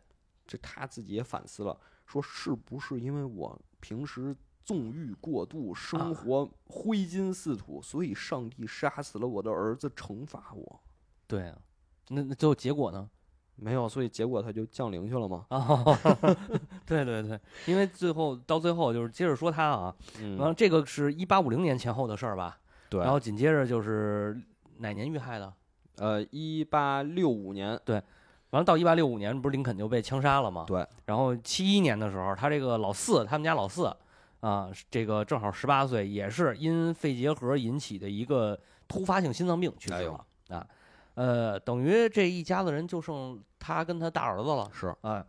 S2: 这他自己也反思了，说是不是因为我平时纵欲过度，
S1: 啊
S2: 生活挥金似土，所以上帝杀死了我的儿子，惩罚我？
S1: 对啊，那那最后结果呢？
S2: 没有，所以结果他就降临去了吗？
S1: 啊、 *laughs* 对对对，因为最后到最后就是接着说他啊，然后
S2: 嗯，
S1: 这个是一八五零年前后的事儿吧，
S2: 对
S1: 然后紧接着就是哪年遇害的？
S2: 呃，一八六五年，
S1: 完了到一八六五年不是林肯就被枪杀了吗？
S2: 对。
S1: 然后七一年的时候，他这个老四，他们家老四啊，这个正好十八岁，也是因肺结核引起的一个突发性心脏病去世
S2: 哎呦
S1: 了、啊。呃，等于这一家子人就剩他跟他大儿子了。
S2: 是，
S1: 哎，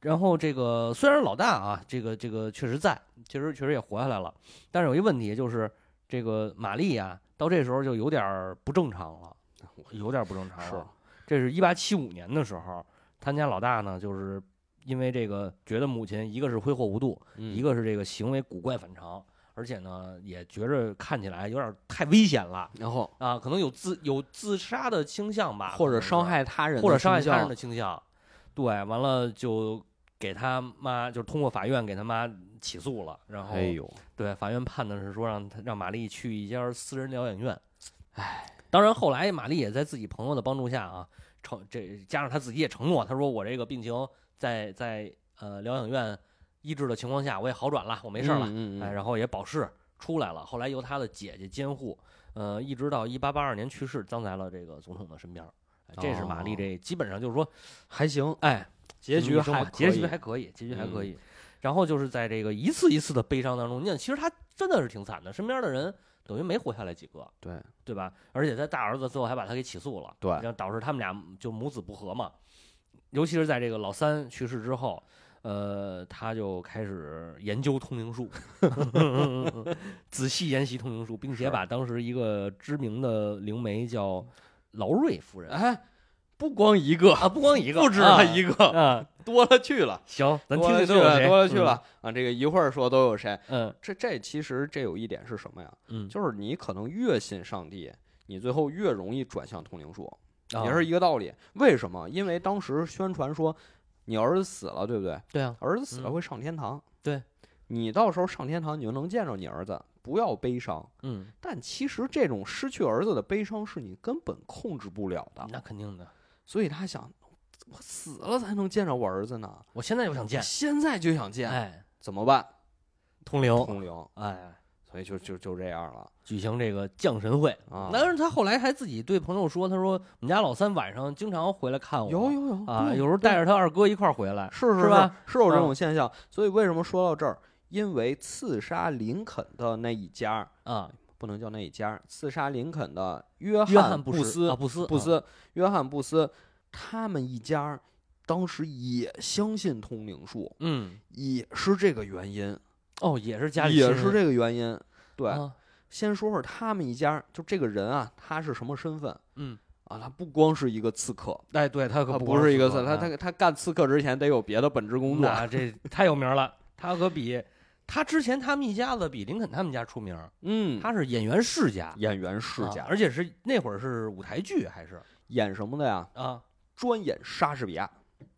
S1: 然后这个虽然老大啊，这个这个确实在，确实确实也活下来了，但是有一问题就是这个玛丽啊，到这时候就有点儿不正常了， *laughs* 有点儿不正常了。
S2: 是
S1: 这是一八七五年的时候，他们家老大呢，就是因为这个觉得母亲一个是挥霍无度，一
S2: 一
S1: 个是这个行为古怪反常，而且呢也觉着看起来有点太危险了
S2: 然后
S1: 啊，可能有自有自杀的倾向吧，
S2: 或
S1: 可
S2: 者
S1: 能是
S2: 伤害他人的倾向，
S1: 或者伤害他人的倾向。对，完了就给他妈，就是通过法院给他妈起诉了，然后
S2: 哎呦，
S1: 对法院判的是说让他让玛丽去一家私人疗养院。哎，当然后来玛丽也在自己朋友的帮助下啊，承这加上她自己也承诺，她说我这个病情在在呃疗养院医治的情况下，我也好转了，我没事儿了。
S2: 嗯嗯嗯
S1: 哎，然后也保释出来了。后来由他的姐姐监护，呃，一直到一八八二年去世，葬在了这个总统的身边儿。哎这是玛丽
S2: 哦
S1: 这基本上就是说，
S2: 还行，
S1: 哎，这
S2: 结
S1: 么
S2: 局
S1: 一生
S2: 还
S1: 吧
S2: 可
S1: 结
S2: 以嗯
S1: 局还可以，结局还可以。然后就是在这个一次一次的悲伤当中，你想，其实他真的是挺惨的，身边的人等于没活下来几个，
S2: 对
S1: 对吧？而且他大儿子最后还把他给起诉了，
S2: 对
S1: 让导致他们俩就母子不和嘛。尤其是在这个老三去世之后，呃，他就开始研究通灵术， *laughs* 仔细研习通灵术，并且
S2: 是
S1: 把当时一个知名的灵媒叫劳瑞夫人
S2: 哎，不光一个，
S1: 啊，不光一个，
S2: 不止他一
S1: 个
S2: 个，
S1: 啊，
S2: 多了去了。
S1: 行，嗯咱听
S2: 多了
S1: 听
S2: 去
S1: 都有
S2: 了，
S1: 谁
S2: 多了去，了、啊！这个一会儿说都有谁？
S1: 嗯
S2: 这这其实这有一点是什么呀？
S1: 嗯，
S2: 就是你可能越信上帝，你最后越容易转向通灵术，
S1: 啊
S2: 也是一个道理。为什么？因为当时宣传说你儿子死了，对不对？
S1: 对啊，
S2: 儿子死了
S1: 嗯
S2: 会上天堂，
S1: 对
S2: 你到时候上天堂，你就能见着你儿子，不要悲伤。
S1: 嗯，
S2: 但其实这种失去儿子的悲伤是你根本控制不了的，
S1: 那肯定的，
S2: 所以他想，我死了才能见着我儿子呢，
S1: 我现在就想
S2: 我
S1: 见，
S2: 现在就想见，
S1: 哎，
S2: 怎么办？
S1: 通灵，
S2: 通灵，
S1: 哎。
S2: 所以就就就这样了
S1: 举行这个降神会
S2: 啊
S1: 但是他后来还自己对朋友说，他说我们家老三晚上经常回来看我，
S2: 有有有
S1: 啊，
S2: 对
S1: 有时候
S2: 对
S1: 带着他二哥一块儿回来，
S2: 是
S1: 是吧？
S2: 是有这
S1: 啊
S2: 种现象。所以为什么说到这儿？因为刺杀林肯的那一家儿
S1: 啊，
S2: 不能叫那一家儿，刺杀林肯的约
S1: 约
S2: 翰
S1: 翰
S2: 布
S1: 布
S2: 斯、
S1: 啊，布斯，
S2: 布
S1: 啊，
S2: 斯、约翰布斯，他们一家儿当时也相信通灵术，
S1: 嗯，
S2: 也是这个原因，
S1: 哦，也是家里
S2: 也
S1: 亲
S2: 是
S1: 人
S2: 这个原因。对，
S1: 啊
S2: 先说说他们一家儿，就这个人啊，他是什么身份
S1: 嗯，
S2: 啊？他不光是一个刺客，
S1: 哎，对他
S2: 他
S1: 可
S2: 不是一个
S1: 色，
S2: 刺，他他他干刺客之前得有别的本职工作。
S1: 啊那
S2: *laughs*
S1: 这太有名了，他可比他之前他们一家子比林肯他们家出名，
S2: 嗯，
S1: 他是演员世家，
S2: 演员世
S1: 啊
S2: 家，
S1: 而且是那会儿是舞台剧还是
S2: 演什么的呀？
S1: 啊，
S2: 专演莎士比亚，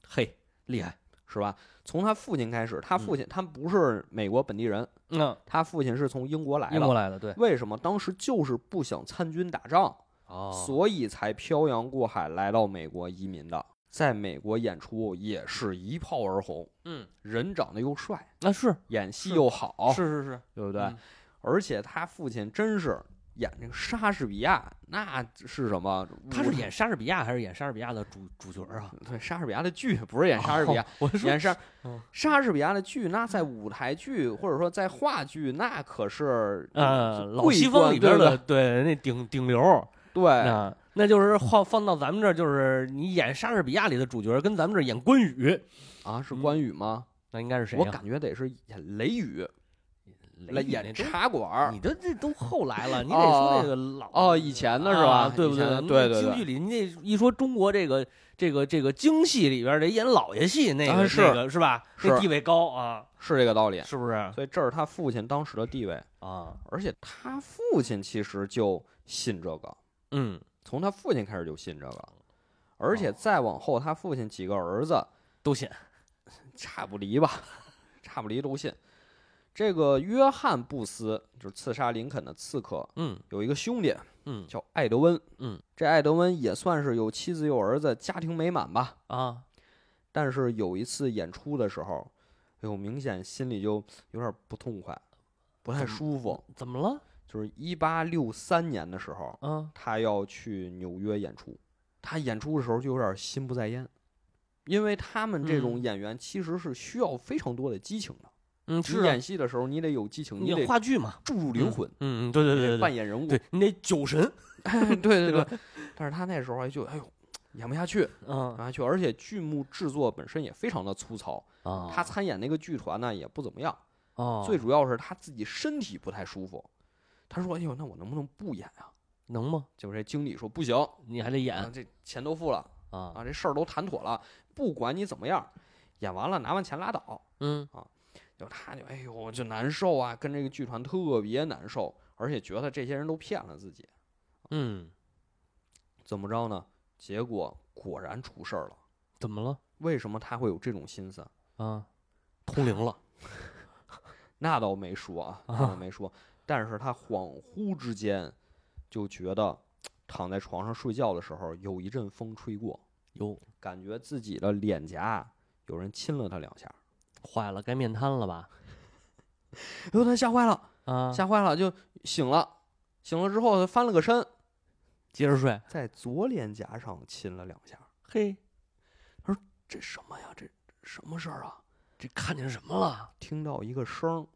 S1: 嘿，厉害，
S2: 是吧？从他父亲开始，他父亲他不是美国本地人，
S1: 嗯，
S2: 他父亲是从英国来
S1: 英国
S2: 的。
S1: 来的，对，
S2: 为什么当时就是不想参军打仗，
S1: 哦，
S2: 所以才漂洋过海来到美国移民的？在美国演出也是一炮而红，
S1: 嗯，
S2: 人长得又帅，
S1: 啊那是
S2: 演戏
S1: 是
S2: 又好，
S1: 是是是，
S2: 对不对？
S1: 嗯
S2: 而且他父亲真是演这个莎士比亚，那是什么？
S1: 他是演莎士比亚还是演莎士比亚的主主角啊？
S2: 对莎士比亚的剧，不是演莎士比亚，
S1: 我说
S2: 演莎
S1: 嗯
S2: 莎士比亚的剧，那在舞台剧或者说在话剧，那可是
S1: 呃，老
S2: 桂
S1: 西方
S2: 冠
S1: 里边
S2: 对吧
S1: 的哎对那顶顶流儿，
S2: 对
S1: 那那就是放放到咱们这儿，就是你演莎士比亚里的主角，跟咱们这儿演关羽，
S2: 啊，是
S1: 嗯
S2: 关羽吗？
S1: 那应该是谁
S2: 我
S1: 呀？
S2: 感觉得是演雷雨，来
S1: 雷雨
S2: 演
S1: 那都
S2: 茶馆儿
S1: 你的这都后来 *laughs* 了，你得
S2: 哦
S1: 说这个老
S2: 哦，以前的是吧？
S1: 啊对不
S2: 以
S1: 对？
S2: 前的
S1: 咱们这
S2: 对对
S1: 京
S2: 对，
S1: 剧里你得一说中国这个这个这个京戏里边得演老爷戏，那
S2: 啊
S1: 个
S2: 是
S1: 那个是吧？那
S2: 是
S1: 地位高啊，
S2: 是这个道理。
S1: 是不是
S2: 所以这是他父亲当时的地位，
S1: 啊？
S2: 而且他父亲其实就信这个，
S1: 嗯，
S2: 从他父亲开始就信这个，而且
S1: 哦
S2: 再往后他父亲几个儿子
S1: 都信
S2: 差不离吧， *laughs* 差不离都信。这个约翰布斯就是刺杀林肯的刺客，
S1: 嗯
S2: 有一个兄弟
S1: 嗯
S2: 叫艾德温，
S1: 嗯，
S2: 这艾德温也算是有妻子有儿子，家庭美满吧。
S1: 啊，
S2: 但是有一次演出的时候，哎呦，明显心里就有点不痛快，不太
S1: 怎么
S2: 舒服。
S1: 怎么了？
S2: 就是一八六三年的时候，
S1: 啊，
S2: 他要去纽约演出，他演出的时候就有点心不在焉，因为他们这种
S1: 嗯
S2: 演员其实是需要非常多的激情的。
S1: 嗯，
S2: 你
S1: 是啊
S2: 演戏的时候，你得有激情，
S1: 你
S2: 你得
S1: 演话剧嘛，
S2: 注入灵魂，
S1: 嗯嗯，对对
S2: 你
S1: 对
S2: 得
S1: 对
S2: 扮
S1: 对，
S2: 演人物。
S1: 对你得酒神，
S2: *laughs* 对对
S1: 对
S2: 对对。但是他那时候就哎呦，演不下去，演
S1: 嗯
S2: 不下去，而且剧目制作本身也非常的粗糙，
S1: 啊，
S2: 他参演那个剧团呢也不怎么样。
S1: 哦，
S2: 最主要是他自己身体不太舒服。他说：“哎呦，那我能不能不演啊
S1: 能吗？？”
S2: 结果这经理说：“不行，
S1: 你还得演
S2: 啊，这钱都付了
S1: 啊，
S2: 啊，这事儿都谈妥了，不管你怎么样，演完了拿完钱拉倒。
S1: 嗯”
S2: 就他就哎呦，就难受啊，跟这个剧团特别难受，而且觉得这些人都骗了自己。
S1: 嗯，
S2: 怎么着呢？结果果然出事儿了。
S1: 怎么了？
S2: 为什么他会有这种心思？
S1: 啊，通灵了
S2: 那倒没说啊，那倒没说。但是他恍惚之间就觉得，躺在床上睡觉的时候，有一阵风吹过，
S1: 哟，
S2: 感觉自己的脸颊有人亲了他两下，
S1: 坏了，该面瘫了吧？
S2: 哎呦，他吓坏了，
S1: 啊，
S2: 吓坏了，就醒了。醒了之后，他翻了个身，
S1: 接着睡，
S2: 在左脸颊上亲了两下。
S1: 嘿，
S2: 这什么呀？这什么事儿啊？
S1: 这看见什么了？
S2: 听到一个声儿，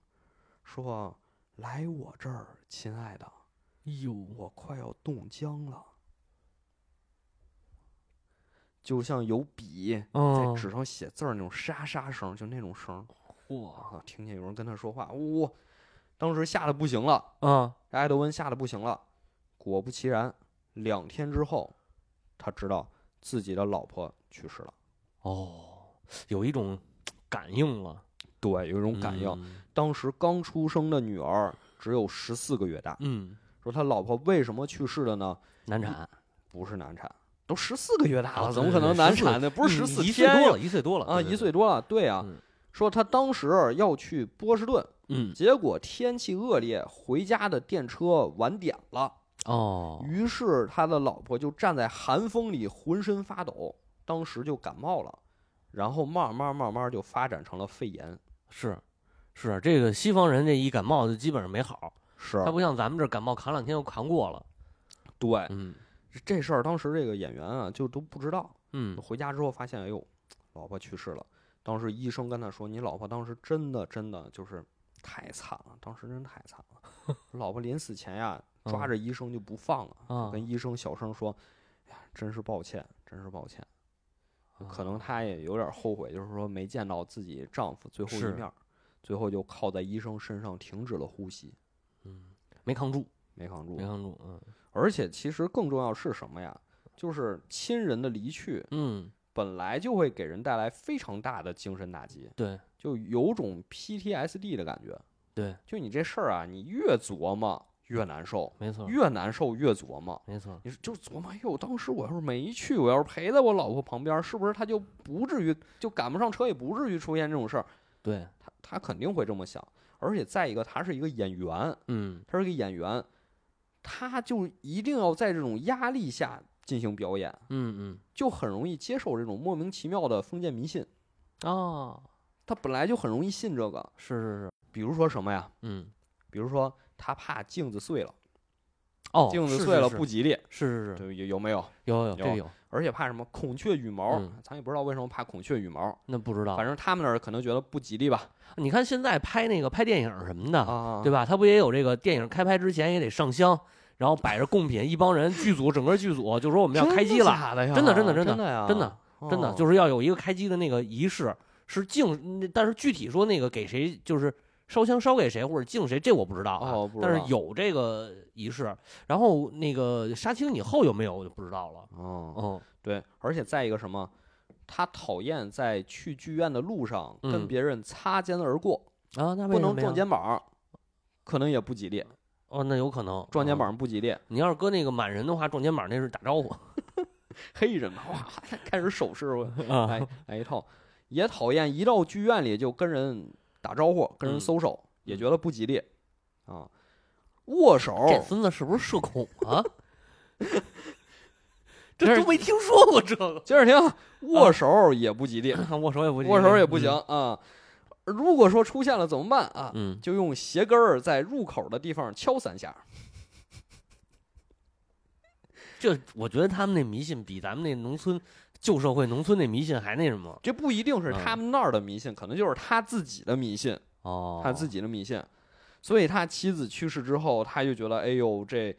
S2: 说：“来我这儿，亲爱的，
S1: 哎呦，
S2: 我快要冻僵了。”就像有笔在
S1: 嗯，
S2: 纸上写字儿那种沙沙声，就那种声儿
S1: 嚯，
S2: 啊，听见有人跟他说话，呜、呜，当时吓得不行了，
S1: 啊，
S2: 艾德温吓得不行了。果不其然，两天之后，他知道自己的老婆去世了。
S1: 哦，有一种感应了，
S2: 对，有一种感应。
S1: 嗯
S2: 当时刚出生的女儿只有十四个月大，
S1: 嗯，
S2: 说他老婆为什么去世了呢？
S1: 难产，
S2: 不是难产，都十四个月大
S1: 啊
S2: 了，
S1: 对
S2: 怎么可
S1: 对
S2: 能
S1: 对
S2: 难
S1: 14
S2: 产呢？不是
S1: 一
S2: 十
S1: 嗯
S2: 四
S1: 一岁
S2: 天
S1: 多
S2: 呀
S1: 了，一岁多了
S2: 啊，
S1: 对
S2: 一岁，多了，对啊。
S1: 嗯
S2: 说他当时要去波士顿，
S1: 对嗯，
S2: 结果天气恶劣，回家的电车晚点了，
S1: 哦，
S2: 于是他的老婆就站在寒风里，浑身发抖，当时就感冒了，然后慢慢慢慢就发展成了肺炎。
S1: 是。是这个西方人这一感冒就基本上没好，
S2: 是
S1: 他不像咱们这儿感冒扛两天就扛过了。
S2: 对
S1: 嗯
S2: 这事儿，当时这个演员啊就都不知道，
S1: 嗯
S2: 回家之后发现，哎呦，老婆去世了。当时医生跟他说：“你老婆当时真的真的就是太惨了，当时真太惨了。
S1: *laughs*
S2: 老婆临死前呀，抓
S1: 嗯
S2: 着医生就不放了，
S1: 啊
S2: 就跟医生小声说：‘哎呀，真是抱歉，真是抱歉。’
S1: 嗯
S2: 可能她也有点后悔，就是说没见到自己丈夫最后
S1: 是
S2: 一面儿，最后就靠在医生身上停止了呼吸，
S1: 嗯没扛住，
S2: 没扛住
S1: 没。扛住，嗯
S2: 而且其实更重要是什么呀？就是亲人的离去，
S1: 嗯，
S2: 本来就会给人带来非常大的精神打击，
S1: 对
S2: 就有种 PTSD 的感觉。
S1: 对，
S2: 就你这事儿啊，你越琢磨越难受，
S1: 没错
S2: 越难受越琢磨。
S1: 没错，
S2: 你就琢磨，哎呦，当时我要是没去，我要是陪在我老婆旁边，是不是她就不至于就赶不上车，也不至于出现这种事儿？
S1: 对，
S2: 她她肯定会这么想。而且再一个，她是一个演员，
S1: 嗯
S2: 她是个演员，她就一定要在这种压力下进行表演，
S1: 嗯
S2: 就很容易接受这种莫名其妙的封建迷信。
S1: 嗯，哦，
S2: 她本来就很容易信这个，
S1: 是是是，
S2: 比如说什么呀？
S1: 嗯
S2: 比如说她怕镜子碎了，
S1: 哦，
S2: 镜子
S1: 是
S2: 碎了
S1: 是
S2: 不吉利，
S1: 是是是，
S2: 对有有没有？
S1: 有有这个
S2: 有
S1: 有，
S2: 而且怕什么孔雀羽毛
S1: 嗯，啊
S2: 咱也不知道为什么怕孔雀羽毛，
S1: 那不知道。
S2: 反正他们那儿可能觉得不吉利吧。
S1: 你看现在拍那个拍电影什么的，
S2: 啊
S1: 对吧？他不也有这个电影开拍之前也得上香，然后摆着贡品，一帮人剧组整个剧组就说我们要开机了，
S2: 了
S1: 真的真的真
S2: 真
S1: 的
S2: 的呀，
S1: 真的真
S2: 哦
S1: 的就是要有一个开机的那个仪式，是敬，那但是具体说那个给谁就是烧香烧给谁或者敬谁，这我不知道啊。
S2: 哦不知道
S1: 但是有这个仪式，然后那个杀青以后有没有我就不知道了。
S2: 哦，
S1: 嗯，
S2: 对，而且再一个什么，他讨厌在去剧院的路上
S1: 嗯
S2: 跟别人擦肩而过，
S1: 啊，那为
S2: 不
S1: 什
S2: 能
S1: 么呀
S2: 撞肩膀，可能也不吉利，
S1: 哦，那有可能
S2: 撞肩。
S1: 嗯
S2: 膀不吉利。
S1: 你要是搁那个满人的话，撞肩膀那是打招
S2: *laughs*
S1: 呼
S2: 黑人嘛，哇，开始手势，我
S1: 啊。
S2: 来来一套，也讨厌一到剧院里就跟人打招呼，跟人
S1: 嗯
S2: 搜手，也觉得不吉利啊。握手，
S1: 这孙子是不是社恐 *laughs* 啊？
S2: 这
S1: 这
S2: 是
S1: 都没听说过这个，
S2: 接着听，握手也不吉利，
S1: *laughs* 握啊手也不
S2: 握手也不行。啊。如果说出现了怎么办啊？
S1: 嗯，
S2: 就用鞋跟儿在入口的地方敲三下。
S1: 这我觉得他们那迷信比咱们那农村旧社会农村那迷信还那什么
S2: 这不一定是
S1: 嗯
S2: 他们那儿的迷信，可能就是他自己的迷信，
S1: 哦，
S2: 他自
S1: 己
S2: 己的迷信。所以他妻子去世之后，他就觉得，哎呦，这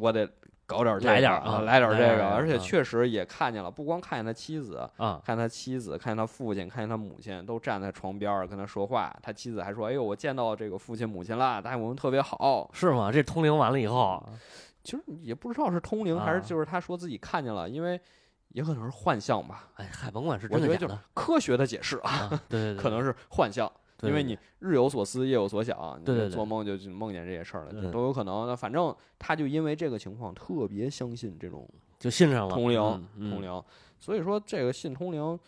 S2: 我得搞点这个
S1: 来点儿
S2: 啊，
S1: 啊
S2: 来点儿
S1: 来
S2: 这
S1: 点儿
S2: 个。
S1: 啊
S2: 而且确实也看见了，不光看见他妻子，
S1: 啊，
S2: 看他妻子，看他父亲，看他母亲，都站在床边儿跟他说话。他妻子还说，哎呦，我见到这个父亲母亲啦，大家我们特别好。
S1: 是吗？这通灵完了以后，
S2: 嗯其实也不知道是通灵还
S1: 啊
S2: 是就是他说自己看见了，因为也可能是幻象吧，
S1: 哎，嗨，甭管是
S2: 我
S1: 真的
S2: 觉得
S1: 假
S2: 就
S1: 的
S2: 科学的解释啊，
S1: 啊，对对对，
S2: 可能是幻象。
S1: 对
S2: 因为
S1: 对
S2: 你日有所思，夜有所想，你
S1: 对对对
S2: 做梦就就梦见这些事儿了，
S1: 对
S2: 这都有可能。那反正他就因为这个情况特别相信这种
S1: 就信上了
S2: 通灵，
S1: 嗯
S2: 通
S1: 嗯
S2: 灵。所以说，这个信通灵，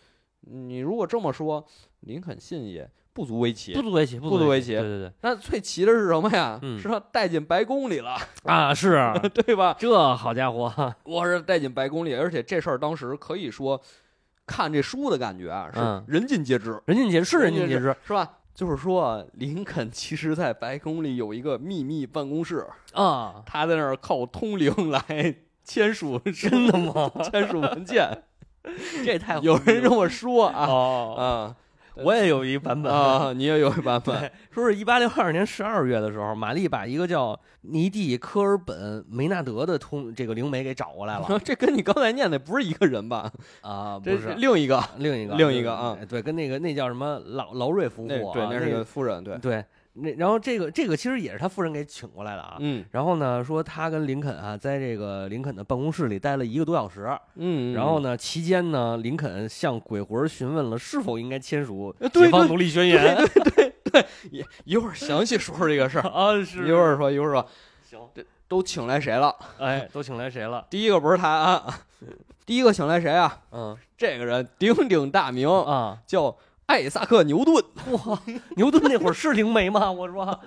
S2: 你如果这么说，林肯信也不足为奇
S1: 不。足为奇，
S2: 不足为奇
S1: 对对对
S2: 那最奇的是什么呀？
S1: 嗯
S2: 是他带进白宫里了，
S1: 啊，是
S2: *laughs* 对吧？
S1: 这好家伙，
S2: 我是带进白宫里，而且这事儿当时可以说，看这书的感觉啊，
S1: 嗯
S2: 是人尽皆知，
S1: 人尽皆是人尽皆知
S2: 是吧？就是说啊，林肯其实在白宫里有一个秘密办公室，
S1: 啊，
S2: 他在那儿靠通灵来签 *laughs* 署
S1: 真的吗？
S2: 签署文 *laughs* 件。
S1: 这太
S2: 有人这么说啊
S1: 哦，
S2: 啊
S1: 我也有一版本
S2: *laughs* 啊！你也有一版本
S1: 对，说是一八六二年十二月的时候，玛丽把一个叫尼蒂科尔本梅纳德的通这个灵媒给找过来
S2: *laughs*
S1: 了
S2: 这跟你刚才念的不是一个人吧？
S1: 啊，不
S2: 这是
S1: 是
S2: 另一个，
S1: 另一个
S2: 另一个啊，
S1: 哎对，跟那个那叫什么劳劳瑞夫
S2: *laughs* 那
S1: 妇啊，
S2: 对，那是个
S1: 个
S2: 夫人，对，
S1: 对，那然后这个这个其实也是他夫人给请过来的啊。
S2: 嗯
S1: 然后呢，说他跟林肯啊，在这个林肯的办公室里待了一个多小时。
S2: 嗯。
S1: 然后呢，期间呢，林肯向鬼魂询问了是否应该签署
S2: 呃
S1: 《
S2: 对
S1: 解放
S2: 对
S1: 独立宣言》
S2: 一一会儿详细说说这个事儿，
S1: *laughs* 啊，
S2: 一会儿说一会儿说，
S1: 行，
S2: 都请来谁了？
S1: 哎，都请来谁了？
S2: 第一个不是他 *laughs* 啊，第一个请来谁啊？
S1: 嗯
S2: 这个人鼎鼎大名，
S1: 啊，
S2: 叫艾萨克牛顿，
S1: *laughs* 哇，牛顿那会儿是灵媒吗？ *laughs* 我说，哦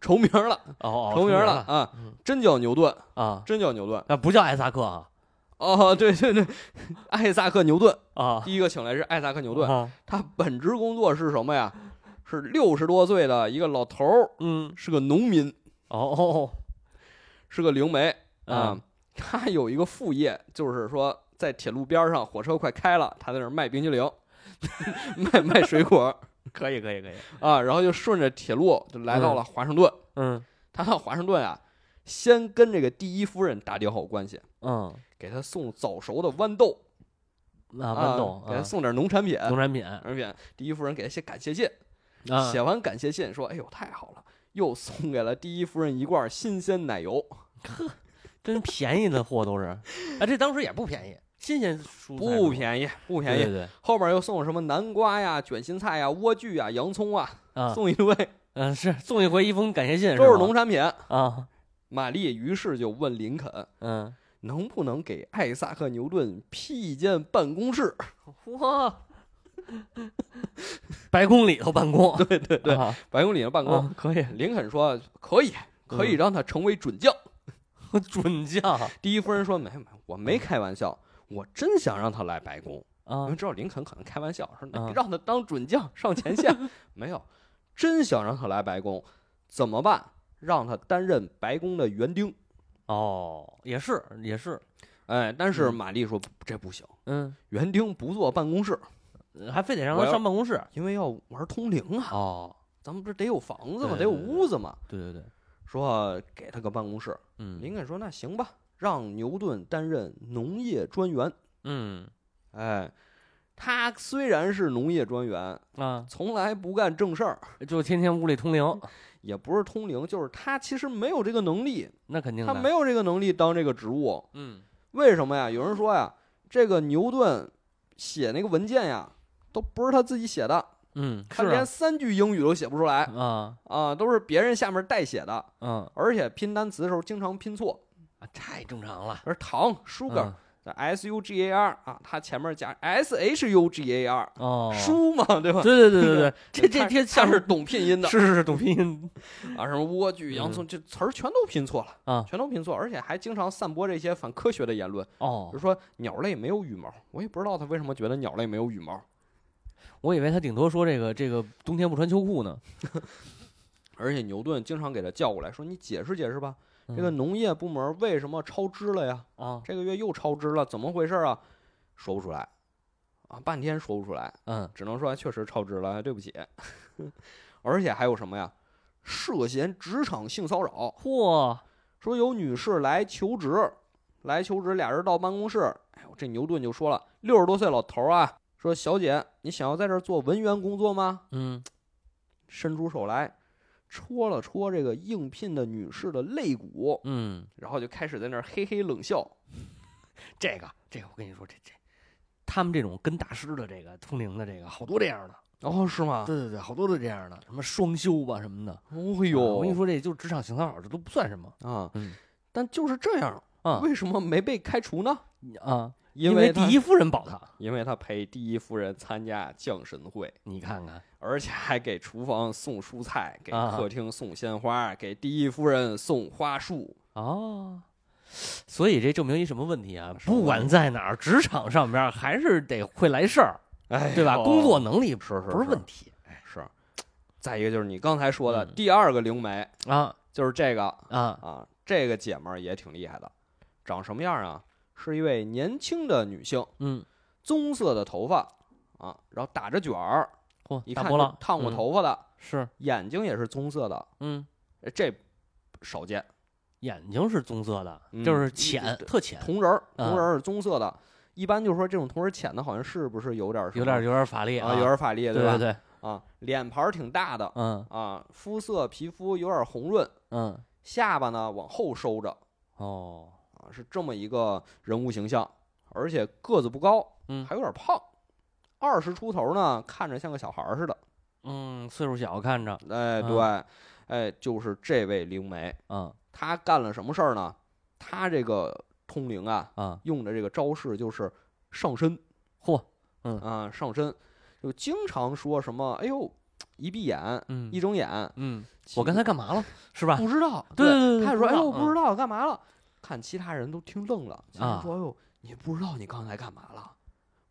S2: 重名儿了，
S1: *laughs* 哦，
S2: 重名儿了
S1: 了
S2: 啊
S1: 嗯，
S2: 真叫牛顿，
S1: 啊，
S2: 真叫牛顿。
S1: 那不叫艾萨克啊
S2: 哦， *laughs* 对对对，艾萨克牛顿，
S1: 啊，
S2: 第一个请来是艾萨克牛顿，
S1: 啊，
S2: 他本职工作是什么呀？是六十多岁的一个老头儿，
S1: 嗯，
S2: 是个农民，
S1: 哦哦
S2: 是个灵媒
S1: 哦，
S2: 啊。 *laughs* 他有一个副业，就是说在铁路边儿上，火车快开了，他在那儿卖冰淇淋， *laughs* 卖卖水果
S1: 可以可以可以，
S2: 啊，然后就顺着铁路就来到了华盛顿。
S1: 嗯
S2: 他到华盛顿啊，先跟这个第一夫人打点好关系，
S1: 嗯，
S2: 给她送早熟的豌豆，
S1: 那豌豆
S2: 啊给她
S1: 啊，
S2: 送点农产品，
S1: 农产品
S2: 而且第一夫人给他写感谢信，
S1: 啊
S2: 写，完感谢信说：“哎呦，太好了！”又送给了第一夫人一罐新鲜奶油，
S1: 真便宜的货都是，哎，这当时也不便宜，新鲜蔬菜
S2: 不便宜，不
S1: 宜
S2: 便宜。
S1: 对对
S2: 后边又送了什么南瓜呀、卷心菜呀、莴苣呀、洋葱啊，
S1: 对啊，
S2: 送一堆，
S1: 嗯是送一回一封感谢信，
S2: 都是
S1: 吗
S2: 农产品。
S1: 啊，
S2: 玛丽于是就问林肯
S1: 嗯，：“
S2: 能不能给艾萨克牛顿辟一间办公室
S1: 哇，白宫里头办公，对对
S2: 对
S1: 啊？”
S2: 白宫里的办公。
S1: 啊可以，
S2: 林肯说：“可以，可以
S1: 嗯
S2: 让他成为准将。
S1: *laughs* 准将
S2: 第一夫人说：“没没，我没开玩笑，我真想让他来白宫。”
S1: 啊
S2: 你们，知道林肯可能开玩笑说那
S1: 啊
S2: 让他当准将上
S1: *laughs*
S2: 前线，没有，真想让他来白宫，怎么办？让他担任白宫的园丁，
S1: 哦，也是也是，
S2: 哎，但是
S1: 嗯
S2: 玛丽说这不行，
S1: 嗯，
S2: 园丁不坐办公室，
S1: 呃还非得让
S2: 我
S1: 他
S2: 要
S1: 上办公室。
S2: 因为要玩通灵啊，
S1: 哦，
S2: 咱们不是得有房子嘛，
S1: 对
S2: 得有
S1: 对对
S2: 屋子嘛。
S1: 对对对，
S2: 说给他个办公室，林
S1: 嗯
S2: 肯说那行吧，让牛顿担任农业专员。
S1: 嗯
S2: 哎，他虽然是农业专员，
S1: 啊，
S2: 从来不干正事儿，
S1: 就天天屋里通灵，
S2: 也不是通灵，就是他其实没有这个能力，
S1: 那肯定
S2: 他
S1: 的。
S2: 没有这个能力当这个职务。
S1: 嗯
S2: 为什么呀？有人说呀，这个牛顿写那个文件呀，都不是他自己写的，
S1: 嗯，
S2: 他
S1: 是
S2: 连
S1: 啊
S2: 三句英语都写不出来
S1: 啊
S2: 啊，都是别人下面代写的，
S1: 嗯，
S2: 而且拼单词的时候经常拼错，
S1: 啊太正常了。
S2: 而糖 sugar
S1: 嗯
S2: 这 S U G A R 啊，它前面加 S H U G A R，、
S1: 哦，
S2: 书嘛，对吧？
S1: 对对对对对，这
S2: 它
S1: 这这
S2: 它
S1: 像
S2: 是懂拼音的
S1: 是是是懂拼音
S2: 啊，什么莴苣、洋葱，这词儿全都拼错了
S1: 嗯啊
S2: 全都拼错，而且还经常散播这些反科学的言论，
S1: 哦
S2: 就，说鸟类没有羽毛，我也不知道他为什么觉得鸟类没有羽毛，
S1: 我以为他顶多说这个这个冬天不穿秋裤呢。
S2: 而且牛顿经常给他叫过来说，你解释解释吧，
S1: 嗯
S2: 这个农业部门为什么超支了呀？
S1: 啊
S2: 这个月又超支了，怎么回事啊？说不出来，啊，半天说不出来，
S1: 嗯
S2: 只能说确实超支了，对不起。 *laughs* 而且还有什么呀？涉嫌职场性骚扰，
S1: 嚯
S2: 说有女士来求职，来求职，俩人到办公室，哎呦，这牛顿就说了，六十多岁老头儿啊，说小姐，你想要在这儿做文员工作吗？
S1: 嗯
S2: 伸出手来，戳了戳这个应聘的女士的肋骨，
S1: 嗯，
S2: 然后就开始在那儿嘿嘿冷笑。
S1: 这个这个我跟你说这这。他们这种跟大师的这个通灵的这个好多这样的，
S2: 哦，是吗？
S1: 对对对，好多都这样的，什么双休吧什么的。
S2: 哦
S1: 啊我跟你
S2: 呦，
S1: 说，这就是职场性骚扰，这都不算什么
S2: 啊
S1: 嗯，
S2: 但就是这样，
S1: 啊
S2: 为什么没被开除呢？
S1: 啊，
S2: 因
S1: 为
S2: 他
S1: 第一夫人保他。
S2: 因为他陪第一夫人参加降神会，
S1: 你看看，
S2: 而且还给厨房送蔬菜，给
S1: 啊
S2: 客厅送鲜花，给第一夫人送花束。
S1: 哦，所以这证明一什么问题啊？
S2: 什么
S1: 不管在哪儿，职场上边儿还是得会来事儿，
S2: 哎
S1: 对吧？
S2: 呦
S1: 工作能力
S2: 是是
S1: 不是问题
S2: 是。再一个就是你刚才说的
S1: 嗯
S2: 第二个灵媒，
S1: 啊
S2: 就是这个
S1: 啊！
S2: 啊，这个姐们儿也挺厉害的，长什么样啊？是一位年轻的女性，
S1: 嗯，
S2: 棕色的头发啊，然后打着卷儿，
S1: 嚯，
S2: 一
S1: 大
S2: 看
S1: 波
S2: 就
S1: 浪
S2: 烫过
S1: 嗯
S2: 头发的，
S1: 是，
S2: 眼睛也是棕色的，
S1: 嗯，
S2: 呃这少见。
S1: 眼睛是棕色的，
S2: 嗯
S1: 就是
S2: 一
S1: 浅，
S2: 对
S1: 特浅，
S2: 铜人儿，
S1: 啊
S2: 铜人儿是棕色的。一般就是说这种铜人儿浅的，好像是不是有点儿什
S1: 有
S2: 么
S1: 点有点乏力
S2: 啊，有点儿法力
S1: 对
S2: 吧？
S1: 对对，
S2: 啊，脸盘儿挺大的
S1: 嗯
S2: 啊，肤色皮肤有点儿红润，
S1: 嗯，
S2: 下巴呢往后收着
S1: 哦，
S2: 啊，是这么一个人物形象，而且个子不高，
S1: 嗯
S2: 还有点儿胖，二十出头呢，看着像个小孩儿似的。
S1: 嗯，岁数小看着，
S2: 哎，
S1: 啊
S2: 对，哎，就是这位灵媒，
S1: 嗯
S2: 他干了什么事儿呢？他这个通灵啊，
S1: 啊，
S2: 用的这个招式就是上身
S1: 嚯，嗯
S2: 啊、上身，就经常说什么哎呦，一闭眼
S1: 嗯
S2: 一睁眼，
S1: 嗯，
S2: 其
S1: 我刚才干嘛了？是吧？
S2: 不知道，
S1: 啊对对对对
S2: 他也说哎
S1: 不知道
S2: 呦
S1: 嗯
S2: 我不知道干嘛了，看其他人都听愣了，其他人
S1: 啊
S2: 说哎呦你不知道你刚才干嘛了，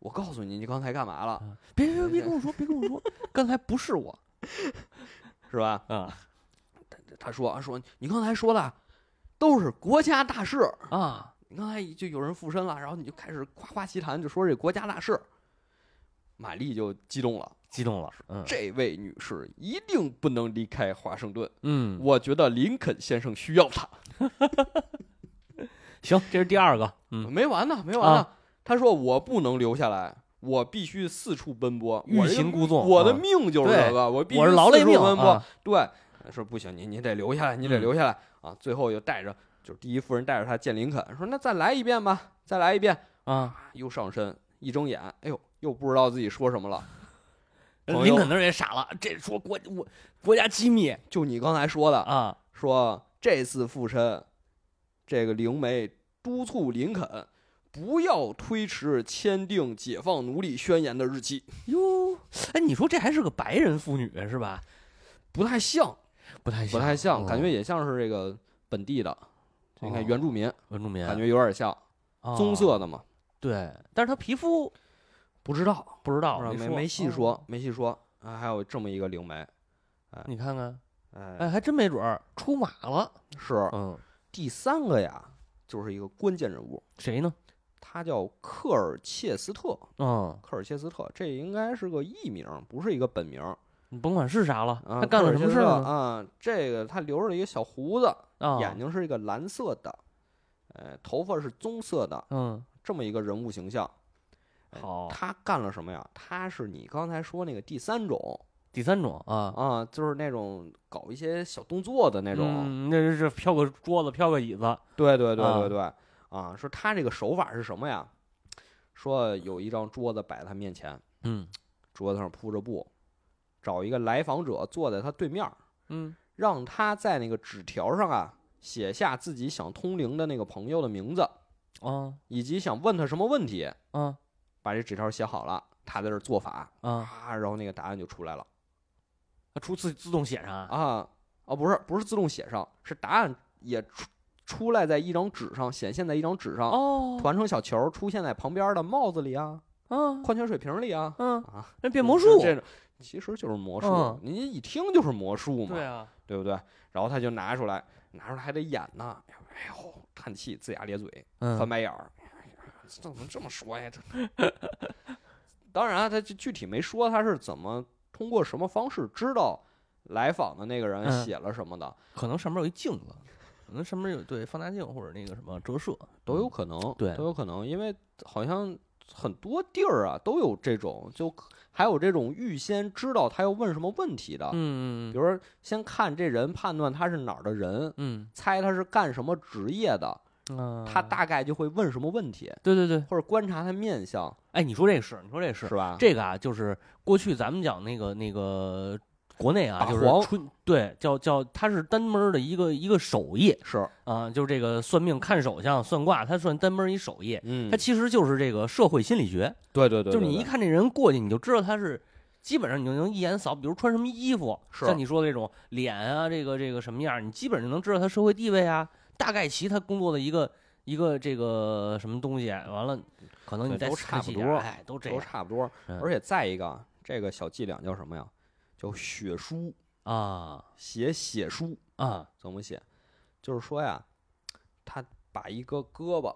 S2: 我告诉你你刚才干嘛了，
S1: 啊别别别跟我说，别跟我说，刚才不是我
S2: *laughs* 是吧？
S1: *laughs* 啊
S2: 他说啊说你刚才说的都是国家大事，
S1: *laughs* 啊。
S2: 你刚才就有人附身了，然后你就开始夸夸其谈，就说这国家大事。玛丽就激动了，
S1: 激动了，嗯
S2: 这位女士一定不能离开华盛顿。
S1: 嗯，
S2: 我觉得林肯先生需要她。
S1: 行，这是第二个，嗯，
S2: 没完呢，没完呢。
S1: 啊
S2: 他说我不能留下来，我必须四处奔波。
S1: 欲
S2: 我这个
S1: 行故纵，
S2: 我的
S1: 啊
S2: 命就是这个，我必须
S1: 我是劳累
S2: 四
S1: 命
S2: 处奔波。
S1: 啊，
S2: 对，呃说不行，你你得留下来，你得
S1: 嗯
S2: 留下来、啊！最后又带着，就是第一夫人带着他见林肯，说那再来一遍吧，再来一遍。
S1: 啊，
S2: 又上身，一睁眼，哎呦，又不知道自己说什么了。朋友
S1: 林肯那儿也傻了，这说国我国家机密
S2: 就你刚才说的，
S1: 啊，
S2: 说这次附身，这个灵媒督促林肯不要推迟签订《解放奴隶宣言》的日期，
S1: 哟，哎，你说这还是个白人妇女是吧？
S2: 不太像，
S1: 不太
S2: 不太像，哦
S1: 嗯
S2: 感觉也像是这个本地的，这应该
S1: 哦
S2: 原住民，
S1: 原住民，
S2: 感觉有点像，
S1: 哦
S2: 棕色的嘛，
S1: 对，但是他皮肤
S2: 不知道，
S1: 不知道
S2: 不知道，哦没
S1: 说
S2: 没细，说，没细说。啊还有这么一个灵媒，
S1: 哦你看看，
S2: 哎，
S1: 哎，还真没准儿出马了，
S2: 是
S1: 嗯
S2: 第三个呀，就是一个关键人物，
S1: 谁呢？
S2: 他叫克尔切斯特，
S1: 嗯，
S2: 克尔切斯特，这应该是个艺名，不是一个本名。
S1: 你嗯甭管是啥了，
S2: 啊、
S1: 他干了什么事儿呢？
S2: 啊？这个他留着一个小胡子，
S1: 啊，
S2: 眼睛是一个蓝色的，呃，头发是棕色的，
S1: 嗯，
S2: 这么一个人物形象。
S1: 好，
S2: 他干了什么呀？他是你刚才说那个第三种
S1: 第三种啊，
S2: 啊，就是那种搞一些小动作的那种。
S1: 嗯那就是飘个桌子，飘个椅子，
S2: 对对对
S1: 啊
S2: 对对，啊，说他这个手法是什么呀？说有一张桌子摆在他面前，
S1: 嗯
S2: 桌子上铺着布，找一个来访者坐在他对面儿，
S1: 嗯，
S2: 让他在那个纸条上啊写下自己想通灵的那个朋友的名字，
S1: 啊
S2: 以及想问他什么问题，
S1: 啊
S2: 把这纸条写好了，他在这儿做法
S1: 啊，
S2: 啊，然后那个答案就出来了
S1: 他出自自动写上啊，
S2: 啊哦，不是不是自动写上，是答案也出出来在一张纸上，显现在一张纸上，
S1: 哦，
S2: 团成小球出现在旁边的帽子里啊，
S1: 啊
S2: 矿泉水瓶里啊
S1: 嗯，
S2: 啊，
S1: 那变魔
S2: 就
S1: 术，
S2: 这种。其实就是魔术，
S1: 嗯
S2: 你一听就是魔术嘛，
S1: 对啊，
S2: 对不对？然后他就拿出来，拿出来还得演呢，哎呦，叹气，龇牙咧嘴，翻
S1: 嗯
S2: 白眼儿，哎呀怎么这么说呀？这 *laughs* 当然啊，他具具体没说他是怎么通过什么方式知道来访的那个人
S1: 嗯
S2: 写了什么的，
S1: 可能上面有一镜子，可能上面有对放大镜或者那个什么折射啊
S2: 都有，可能，
S1: 嗯对
S2: 都有可能，因为好像很多地儿啊都有这种，就可还有这种预先知道他要问什么问题的，
S1: 嗯嗯
S2: 比如说先看这人判断他是哪儿的人，
S1: 嗯
S2: 猜他是干什么职业的，
S1: 嗯，啊
S2: 他大概就会问什么问题，
S1: 对对对，
S2: 或者观察他面相，
S1: 哎，你说这是，你说这是，
S2: 是吧？
S1: 这个啊，就是过去咱们讲那个那个国内啊，
S2: 打
S1: 就是
S2: 黄
S1: 春对叫叫，它是单门儿的一个一个手艺
S2: 是，
S1: 啊，就是这个算命、看手相、算卦，它算单门儿一手艺，
S2: 嗯
S1: 它，其实就是这个社会心理学，
S2: 对对对，
S1: 就是
S2: 对
S1: 你一
S2: 对
S1: 看这人过去，你就知道他是。基本上你就能一眼扫，比如穿什么衣服，
S2: 是
S1: 像你说的这种脸啊，这个这个什么样儿，你基本上就能知道他社会地位啊，大概其他工作的一个一个这个什么东西。完了，可能你
S2: 对
S1: 再
S2: 都
S1: 仔
S2: 差
S1: 细
S2: 不
S1: 点儿
S2: 多
S1: 哎，都这
S2: 都
S1: 样
S2: 差不多。
S1: 嗯
S2: 而且再一个，这个小伎俩叫什么呀？叫血书，
S1: 啊
S2: 写血书
S1: 啊，
S2: 怎么写？就是说呀，他把一个胳膊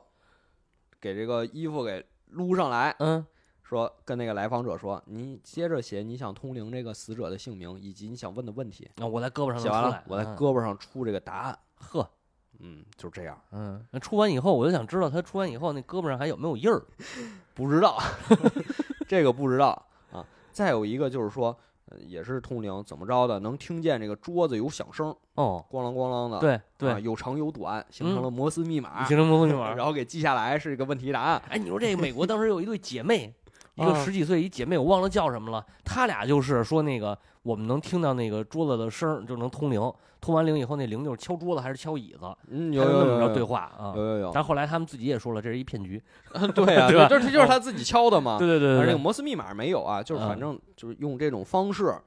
S2: 给这个衣服给撸上来，
S1: 嗯
S2: 说跟那个来访者说，你接着写你想通灵这个死者的姓名以及你想问的问题，
S1: 那我在胳膊上
S2: 写
S1: 能出
S2: 完了
S1: 来，
S2: 我在
S1: 嗯
S2: 胳膊上出这个答案。
S1: 呵，
S2: 嗯，就这样。
S1: 嗯，那出完以后，我就想知道他出完以后那胳膊上还有没有印儿
S2: 不知道， *laughs* 这个不知道啊。再有一个就是说，呃也是通灵，怎么着的，能听见这个桌子有响声，
S1: 哦，
S2: 咣啷咣啷的，
S1: 对
S2: 啊，
S1: 对，嗯
S2: 有长有短，形成了摩斯密码，
S1: 形成摩托 *laughs* 女玩。
S2: 然后给记下来是一个问题答案。
S1: 啊哎，你说这个美国当时有一对姐
S2: *laughs*
S1: 妹，一个
S2: 啊
S1: 十几岁一姐妹，我忘了叫什么了，她俩就是说那个我们能听到那个桌子的声儿就能通灵，通完灵以后那灵就是敲桌子还是敲椅子，
S2: 嗯，
S1: 她
S2: 有
S1: 就
S2: 有
S1: 那么
S2: 有
S1: 着对
S2: 有
S1: 话啊
S2: 有。有有，
S1: 但后来他们自己也说了，这是一骗局。
S2: *laughs* 对啊，
S1: 对吧哦
S2: 就是这就是他自己敲的嘛。
S1: 对对
S2: 但是这个摩斯密码没有啊，就是反
S1: 嗯
S2: 正就是用这种方式来，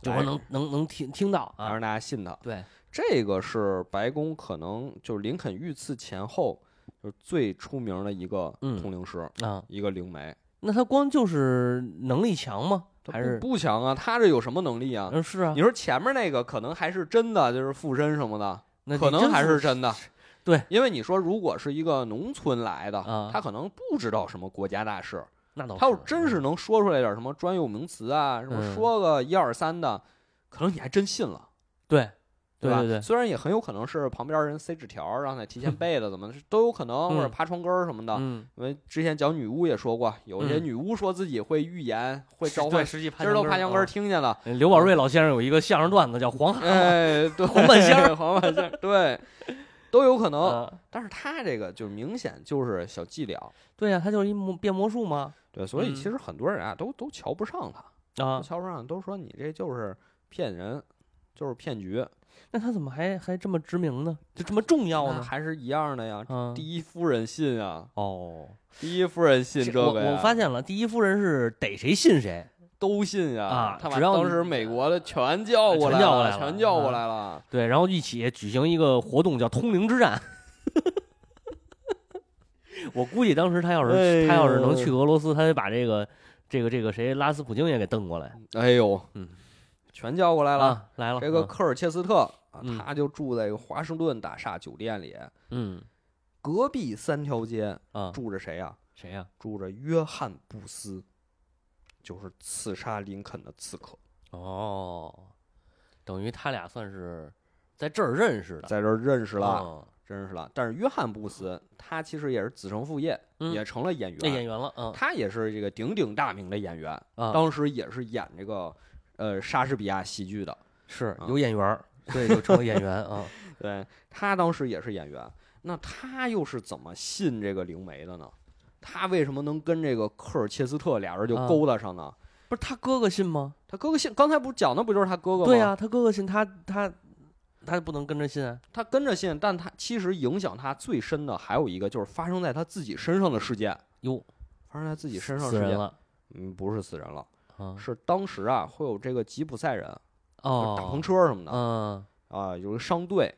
S1: 就说能能能听听到
S2: 来
S1: 啊。
S2: 让大家信他。
S1: 对，
S2: 这个是白宫可能就是林肯遇刺前后就是最出名的一个
S1: 嗯
S2: 通灵师，
S1: 啊，
S2: 一个灵媒。
S1: 那他光就是能力强吗？
S2: 他
S1: 还
S2: 不
S1: 是
S2: 不强啊？他这有什么能力啊？
S1: 嗯，是啊
S2: 你，说前面那个可能还是真的，就是附身什么的，
S1: 那
S2: 可
S1: 你
S2: 能
S1: 真
S2: 还
S1: 服
S2: 是真的。
S1: 对，
S2: 因为你说如果是一个农村来的
S1: 啊，
S2: 他可能不知道什么国家大事，
S1: 那倒
S2: 他要真
S1: 是
S2: 是能说出来点什么专有名词啊，什么
S1: 嗯
S2: 说个一二三的，可能你还真信了。
S1: 对，对
S2: 吧？
S1: 对对
S2: 虽然也很有可能是旁边人塞纸条儿让他
S1: *laughs*
S2: 提前背的，怎么的都有可能，或者
S1: 嗯
S2: 爬床根儿什么的。
S1: 嗯，
S2: 因为之前讲女巫也说过，有些
S1: 嗯
S2: 女巫说自己会预言，会召
S1: 对
S2: 唤，
S1: 实际爬
S2: 知道
S1: 墙
S2: 爬墙根儿
S1: 儿
S2: 听见了。
S1: 嗯。刘宝瑞老先生有一个相声段子叫《黄蛤蟆
S2: 哎，
S1: *laughs*
S2: 对，
S1: 黄半仙儿
S2: *laughs* 黄半仙儿，对，都有可》能。
S1: 啊，
S2: 但是他这个就明显就是小伎俩，
S1: 对呀，他就是一魔变魔术嘛
S2: 对，所以
S1: 嗯
S2: 其实很多人啊都都瞧不上他，都
S1: 啊，
S2: 瞧不上，都说你这就是骗人，就是骗局。
S1: 那他怎么还还这么知名呢？就这么重要
S2: 那
S1: 呢？
S2: 还是一样的呀，
S1: 啊，
S2: 第一夫人信啊，
S1: 哦，
S2: 第一夫人信这
S1: 我
S2: 个呀
S1: 我发现了，第一夫人是逮谁信谁，
S2: 都信呀，
S1: 啊
S2: 他把
S1: 只要
S2: 当
S1: 你哎
S2: 时美国的全叫过
S1: 全
S2: 来
S1: 叫过来
S2: 了，
S1: 了
S2: 全叫过
S1: 啊
S2: 来了。
S1: 对，然后一起举行一个活动叫通灵之战。 *laughs* 我估计当时他要是、
S2: 哎呦
S1: 他要是能去俄罗斯，他得把这个这个这个谁拉斯普京也给蹬过来
S2: 哎呦，
S1: 嗯，
S2: 全叫过来了。
S1: 啊，来了
S2: 这个
S1: 啊
S2: 科尔切斯特啊，
S1: 嗯
S2: 他就住在华盛顿大厦酒店里。
S1: 嗯
S2: 隔壁三条街
S1: 啊，
S2: 住着谁呀、
S1: 谁呀？
S2: 住着约翰·布斯，就是刺杀林肯的刺客，
S1: 哦，等于他俩算是在这儿认识的，哦
S2: 在这儿认识
S1: 是
S2: 了，？认识了。但是约翰·布斯他其实也是子承父业，
S1: 嗯
S2: 也成了演
S1: 那
S2: 员，
S1: 演员了，嗯
S2: 他也是这个鼎鼎大名的演员，
S1: 啊，
S2: 当时也是演这个呃莎士比亚戏剧的。
S1: 是
S2: 啊
S1: 有演员儿，对，就成了演员
S2: 嗯
S1: *laughs* 啊。
S2: 对他当时也是演员，那他又是怎么信这个灵媒的呢？他为什么能跟这个科尔切斯特俩人就
S1: 啊
S2: 勾搭上呢？
S1: 不是他哥哥信吗？
S2: 他哥哥信，刚才不是讲的不就是他哥哥吗？
S1: 对呀、他哥哥信他，他他不能跟着信啊。
S2: 他跟着信，但他其实影响他最深的还有一个就是发生在他自己身上的事件，
S1: 哟，
S2: 发生在自己身上的
S1: 死
S2: 事
S1: 人
S2: 件，
S1: 了
S2: 嗯，不是死人了，
S1: 啊！
S2: 是当时啊会有这个吉普赛人、
S1: 哦，
S2: 打篷车什么的
S1: 嗯，
S2: 啊，有个商队，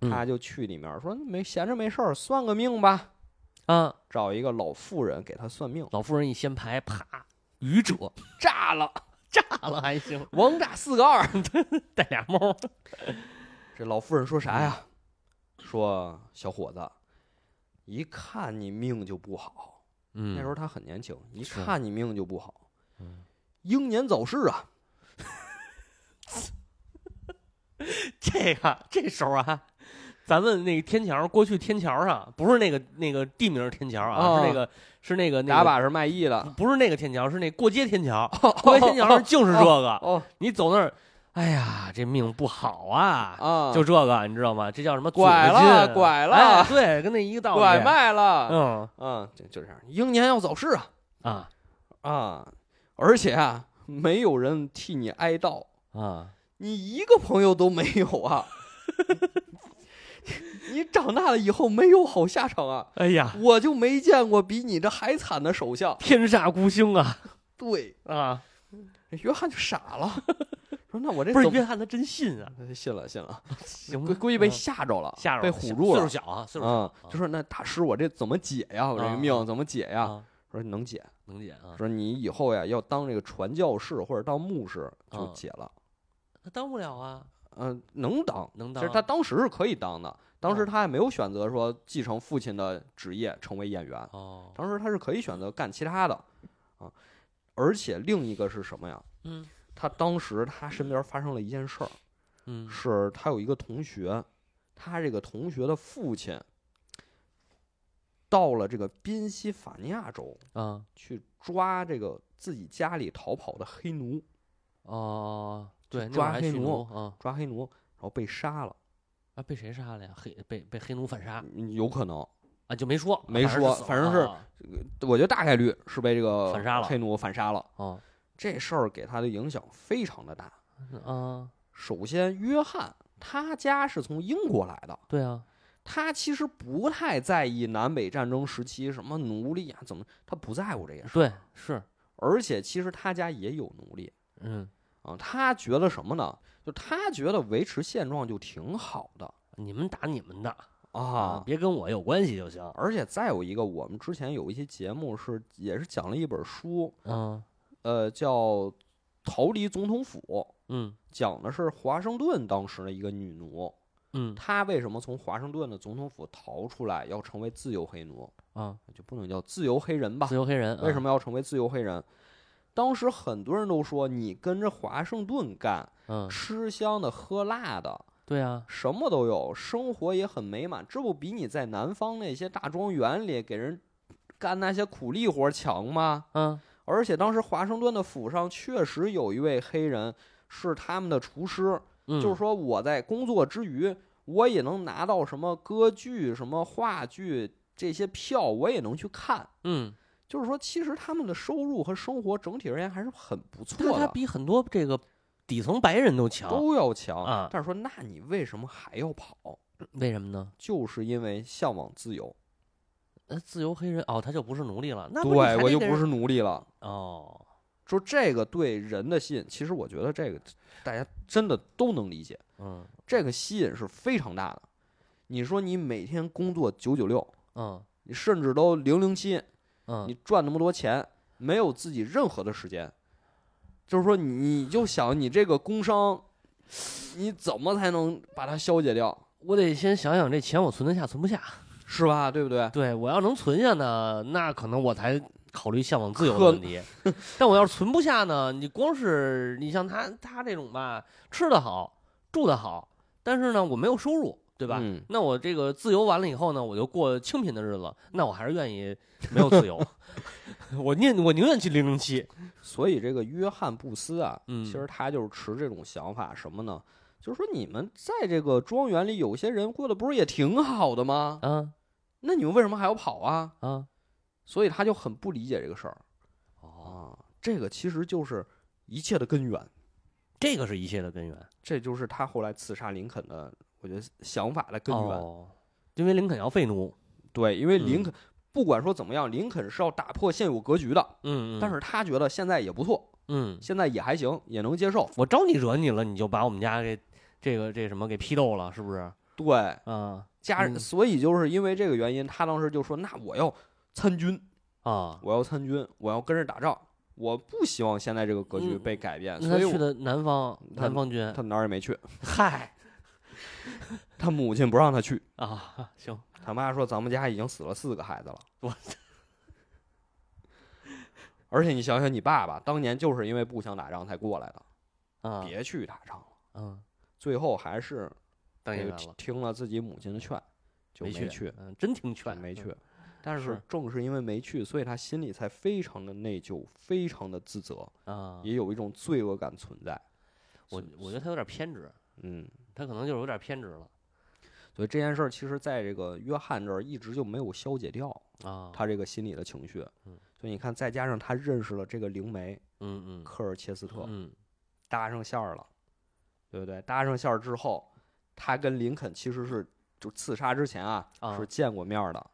S1: 嗯
S2: 他就去里面说没闲着没事儿算个命吧，
S1: 啊，
S2: 找一个老妇人给他算命，
S1: 老妇人一掀牌，啪，愚者
S2: 炸了，
S1: 打了还 *laughs* 行，
S2: 王炸四个二。 *laughs*
S1: 带俩猫儿。
S2: 这老妇人说啥呀？说小伙子，一看你命就不好。
S1: 嗯
S2: 那时候他很年轻，一
S1: 是
S2: 看你命就不好
S1: 嗯，
S2: 英年早逝啊。
S1: 这个这手啊，咱们那个天桥，过去天桥上不是那个那个地名天桥啊，
S2: 哦
S1: 是那个是那个
S2: 打
S1: 那个
S2: 把是卖艺的。
S1: 不是那个天桥，是那过街天
S2: *laughs*
S1: 桥。过街天桥上就是这个，
S2: 哦
S1: 你走那儿，哎呀，这命不好啊，
S2: 啊，
S1: 就这个，你知道吗？这叫什么？
S2: 拐了
S1: 左进
S2: 拐了
S1: 哎对，跟那一个道理。
S2: 拐，卖了。
S1: 嗯
S2: 嗯，就就这样，英年要早逝啊
S1: 啊
S2: 啊！而且啊，没有人替你哀悼，
S1: 啊，
S2: 你一个朋友都没有啊。 *laughs* 你长大了以后没有好下场啊！
S1: 哎呀，
S2: 我就没见过比你这还惨的首相。
S1: 天煞孤星啊
S2: 对，
S1: 啊！
S2: 约翰就傻了，说那我这
S1: 不是
S2: 怎么哎
S1: 约翰，他真信啊，
S2: 信了信了，
S1: 行
S2: 估
S1: 吧，
S2: 估计被
S1: 嗯
S2: 吓着了，
S1: 吓着
S2: 被
S1: 了
S2: 唬住
S1: 岁
S2: 了
S1: 数。小啊，岁数小
S2: 嗯，就说那大师，我这怎么解呀？我这个
S1: 啊
S2: 命怎么解呀？
S1: 啊，
S2: 说能解，
S1: 能解啊。
S2: 说你以后呀要当这个传教士或者当牧师就
S1: 啊
S2: 解了。
S1: 他当不了啊，
S2: 嗯，能当，
S1: 能
S2: 其
S1: 当。啊
S2: 实他当时是可以当的，当时
S1: 哦
S2: 他也没有选择说继承父亲的职业成为演员，
S1: 哦，
S2: 当时他是可以选择干其他的啊。而且另一个是什么呀？
S1: 嗯
S2: 他当时他身边发生了一件事儿，
S1: 嗯
S2: 是他有一个同学，他这个同学的父亲到了这个宾夕法尼亚州
S1: 啊
S2: 去抓这个自己家里逃跑的黑奴，
S1: 哦，对，那会儿
S2: 抓
S1: 还
S2: 黑
S1: 蓄
S2: 奴
S1: 啊
S2: 抓黑奴，然后被杀了，
S1: 啊，被谁杀了呀？黑被被黑奴反杀
S2: 嗯有可能，
S1: 啊，就没啊说
S2: 没说
S1: 反
S2: 反正是我觉得大概率是被这个
S1: 反杀了
S2: 黑奴反杀了。
S1: 哦
S2: 这事儿给他的影响非常的大。
S1: 啊，
S2: 首先，约翰他家是从英国来的，
S1: 对啊，
S2: 他其实不太在意南北战争时期什么奴隶啊，怎么他不在乎这些事儿。
S1: 对是
S2: 而且其实他家也有奴隶
S1: 嗯，
S2: 啊，他觉得什么呢？就他觉得维持现状就挺好的
S1: 你们打你们的
S2: 啊。
S1: 别跟我有关系就行。
S2: 而且再有一个，我们之前有一些节目是也是讲了一本书，
S1: 嗯
S2: 呃，叫《逃离总统府》，
S1: 嗯
S2: 讲的是华盛顿当时的一个女奴，
S1: 嗯
S2: 她为什么从华盛顿的总统府逃出来，要成为自由黑奴，
S1: 啊，
S2: 就不能叫自由黑人吧
S1: 自？由黑人啊
S2: 为什
S1: 么？
S2: 么要成为自由黑人？当时很多人都说，你跟着华盛顿干，
S1: 嗯，
S2: 吃香的、喝辣的，
S1: 对啊，
S2: 什么都有，生活也很美满，这不比你在南方那些大庄园里给人干那些苦力活强吗？
S1: 嗯
S2: 而且当时华盛顿的府上确实有一位黑人是他们的厨师，
S1: 嗯，
S2: 就是说我在工作之余，我也能拿到什么歌剧、什么话剧这些票，我也能去看。
S1: 嗯，
S2: 就是说，其实他们的收入和生活整体而言还是很不错
S1: 但
S2: 的。
S1: 他比很多这个底层白人都强，
S2: 都要强
S1: 啊
S2: 但是说，那你为什么还要跑？
S1: 为什么呢？
S2: 就是因为向往自由。
S1: 呃，自由黑人哦，他就不是奴隶了，那不你还
S2: 对，我
S1: 得
S2: 就
S1: 给
S2: 不
S1: 人
S2: 是奴隶了。
S1: 哦，
S2: 说这个对人的吸引，其实我觉得这个大家真的都能理解，
S1: 嗯
S2: 这个吸引是非常大的。你说你每天工作九九六，
S1: 嗯
S2: 你甚至都零零七，
S1: 嗯
S2: 你赚那么多钱，没有自己任何的时间，就是说你就想你这个工伤，你怎么才能把它消解掉？
S1: 我得先想想这钱我存得下存不下。
S2: 是吧？对不对？
S1: 对我要能存下呢，那可能我才考虑向往自由的问题。但我要是存不下呢，你光是你像他他这种吧，吃得好，住得好，但是呢，我没有收入，对吧？
S2: 嗯
S1: 那我这个自由完了以后呢，我就过清贫的日子，那我还是愿意没有自
S2: *laughs*
S1: 由。我宁我宁愿去零零七，
S2: 所以这个约翰布斯啊，
S1: 嗯
S2: 其实他就是持这种想法，什么呢？就是说你们在这个庄园里，有些人过得不是也挺好的吗？
S1: 啊
S2: 那你们为什么还要跑啊？
S1: 啊，
S2: 所以他就很不理解这个事儿
S1: 哦，
S2: 啊。这个其实就是一切的根源，
S1: 这个是一切的根源，
S2: 这就是他后来刺杀林肯的，我觉得想法的根源。
S1: 哦因为林肯要废奴，
S2: 对，因为
S1: 嗯
S2: 林肯、不管说怎么样，林肯是要打破现有格局的，
S1: 嗯，嗯
S2: 但是他觉得现在也不错，
S1: 嗯，
S2: 现在也还行，也能接受。
S1: 我招你惹你了，你就把我们家给这个这什么给批斗了，是不是？
S2: 对，
S1: 啊
S2: 家人，
S1: 嗯
S2: 所以就是因为这个原因，他当时就说：“那我要参军，
S1: 啊，
S2: 我要参军，我要跟着打仗，我不希望现在这个格局被改变。
S1: 嗯那
S2: 所
S1: 他
S2: 以
S1: 去
S2: 我
S1: 的南方
S2: 他
S1: 南方军，
S2: 他哪儿也没去，
S1: 嗨
S2: 他母亲不让他去，
S1: 啊，行，
S2: 他妈说咱们家已经死了四个孩子了。
S1: 我
S2: *laughs* 而且你想想，你爸爸当年就是因为不想打仗才过来的，
S1: 啊，
S2: 别去打仗了。
S1: 嗯，
S2: 最后还是
S1: 当
S2: 这
S1: 演
S2: 个
S1: 员
S2: 听
S1: 了，
S2: 听了自己母亲的劝，就
S1: 没
S2: 去，
S1: 嗯，真挺
S2: 就
S1: 劝，
S2: 没
S1: 嗯
S2: 去。但是
S1: 是
S2: 正是因为没去，所以他心里才非常的内疚，非常的自责，
S1: 啊。
S2: 也有一种罪恶感存在。
S1: 我
S2: 所以
S1: 我觉得他有点偏执，
S2: 嗯，
S1: 他可能就是有点偏执了
S2: 所以这件事儿其实在这个约翰这儿一直就没有消解掉
S1: 啊。
S2: 他这个心理的情绪。
S1: 嗯
S2: 所以你看，再加上他认识了这个灵媒
S1: 嗯嗯
S2: 科尔切斯特，
S1: 嗯
S2: 搭上线儿了，对不对？搭上线儿之后，他跟林肯其实是就刺杀之前啊
S1: 啊
S2: 是见过面儿的，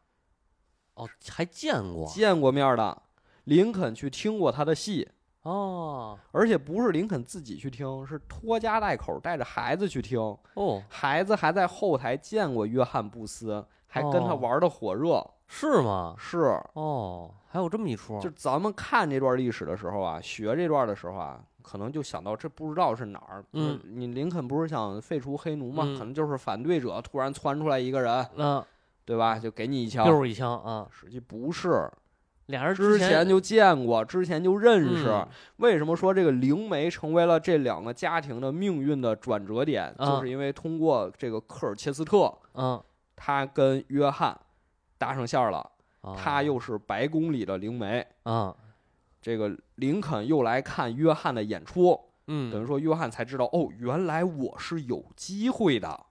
S1: 哦，还见过
S2: 见过面儿的。林肯去听过他的戏，
S1: 哦
S2: 而且不是林肯自己去听，是拖家带口带着孩子去听，
S1: 哦
S2: 孩子还在后台见过约翰布斯，还跟他
S1: 哦
S2: 玩的火热。
S1: 是吗？
S2: 是，
S1: 哦，还有这么一出
S2: 就咱们看这段历史的时候啊，学这段的时候啊，可能就想到这不知道是哪儿。
S1: 嗯，
S2: 你林肯不是想废除黑奴吗？
S1: 嗯
S2: 可能就是反对者突然窜出来一个人，
S1: 那
S2: 对吧？就给你一枪。
S1: 又是一枪啊！
S2: 实际不是，
S1: 俩人
S2: 之
S1: 前
S2: 前就见过，之前就认识。
S1: 嗯
S2: 为什么说这个灵媒成为了这两个家庭的命运的转折点？
S1: 啊
S2: 就是因为通过这个科尔切斯特，
S1: 嗯，
S2: 他跟约翰搭上线儿了，
S1: 啊
S2: 他又是白宫里的灵媒。
S1: 啊
S2: 这个林肯又来看约翰的演出，等于
S1: 嗯
S2: 说约翰才知道哦，原来我是有机会的，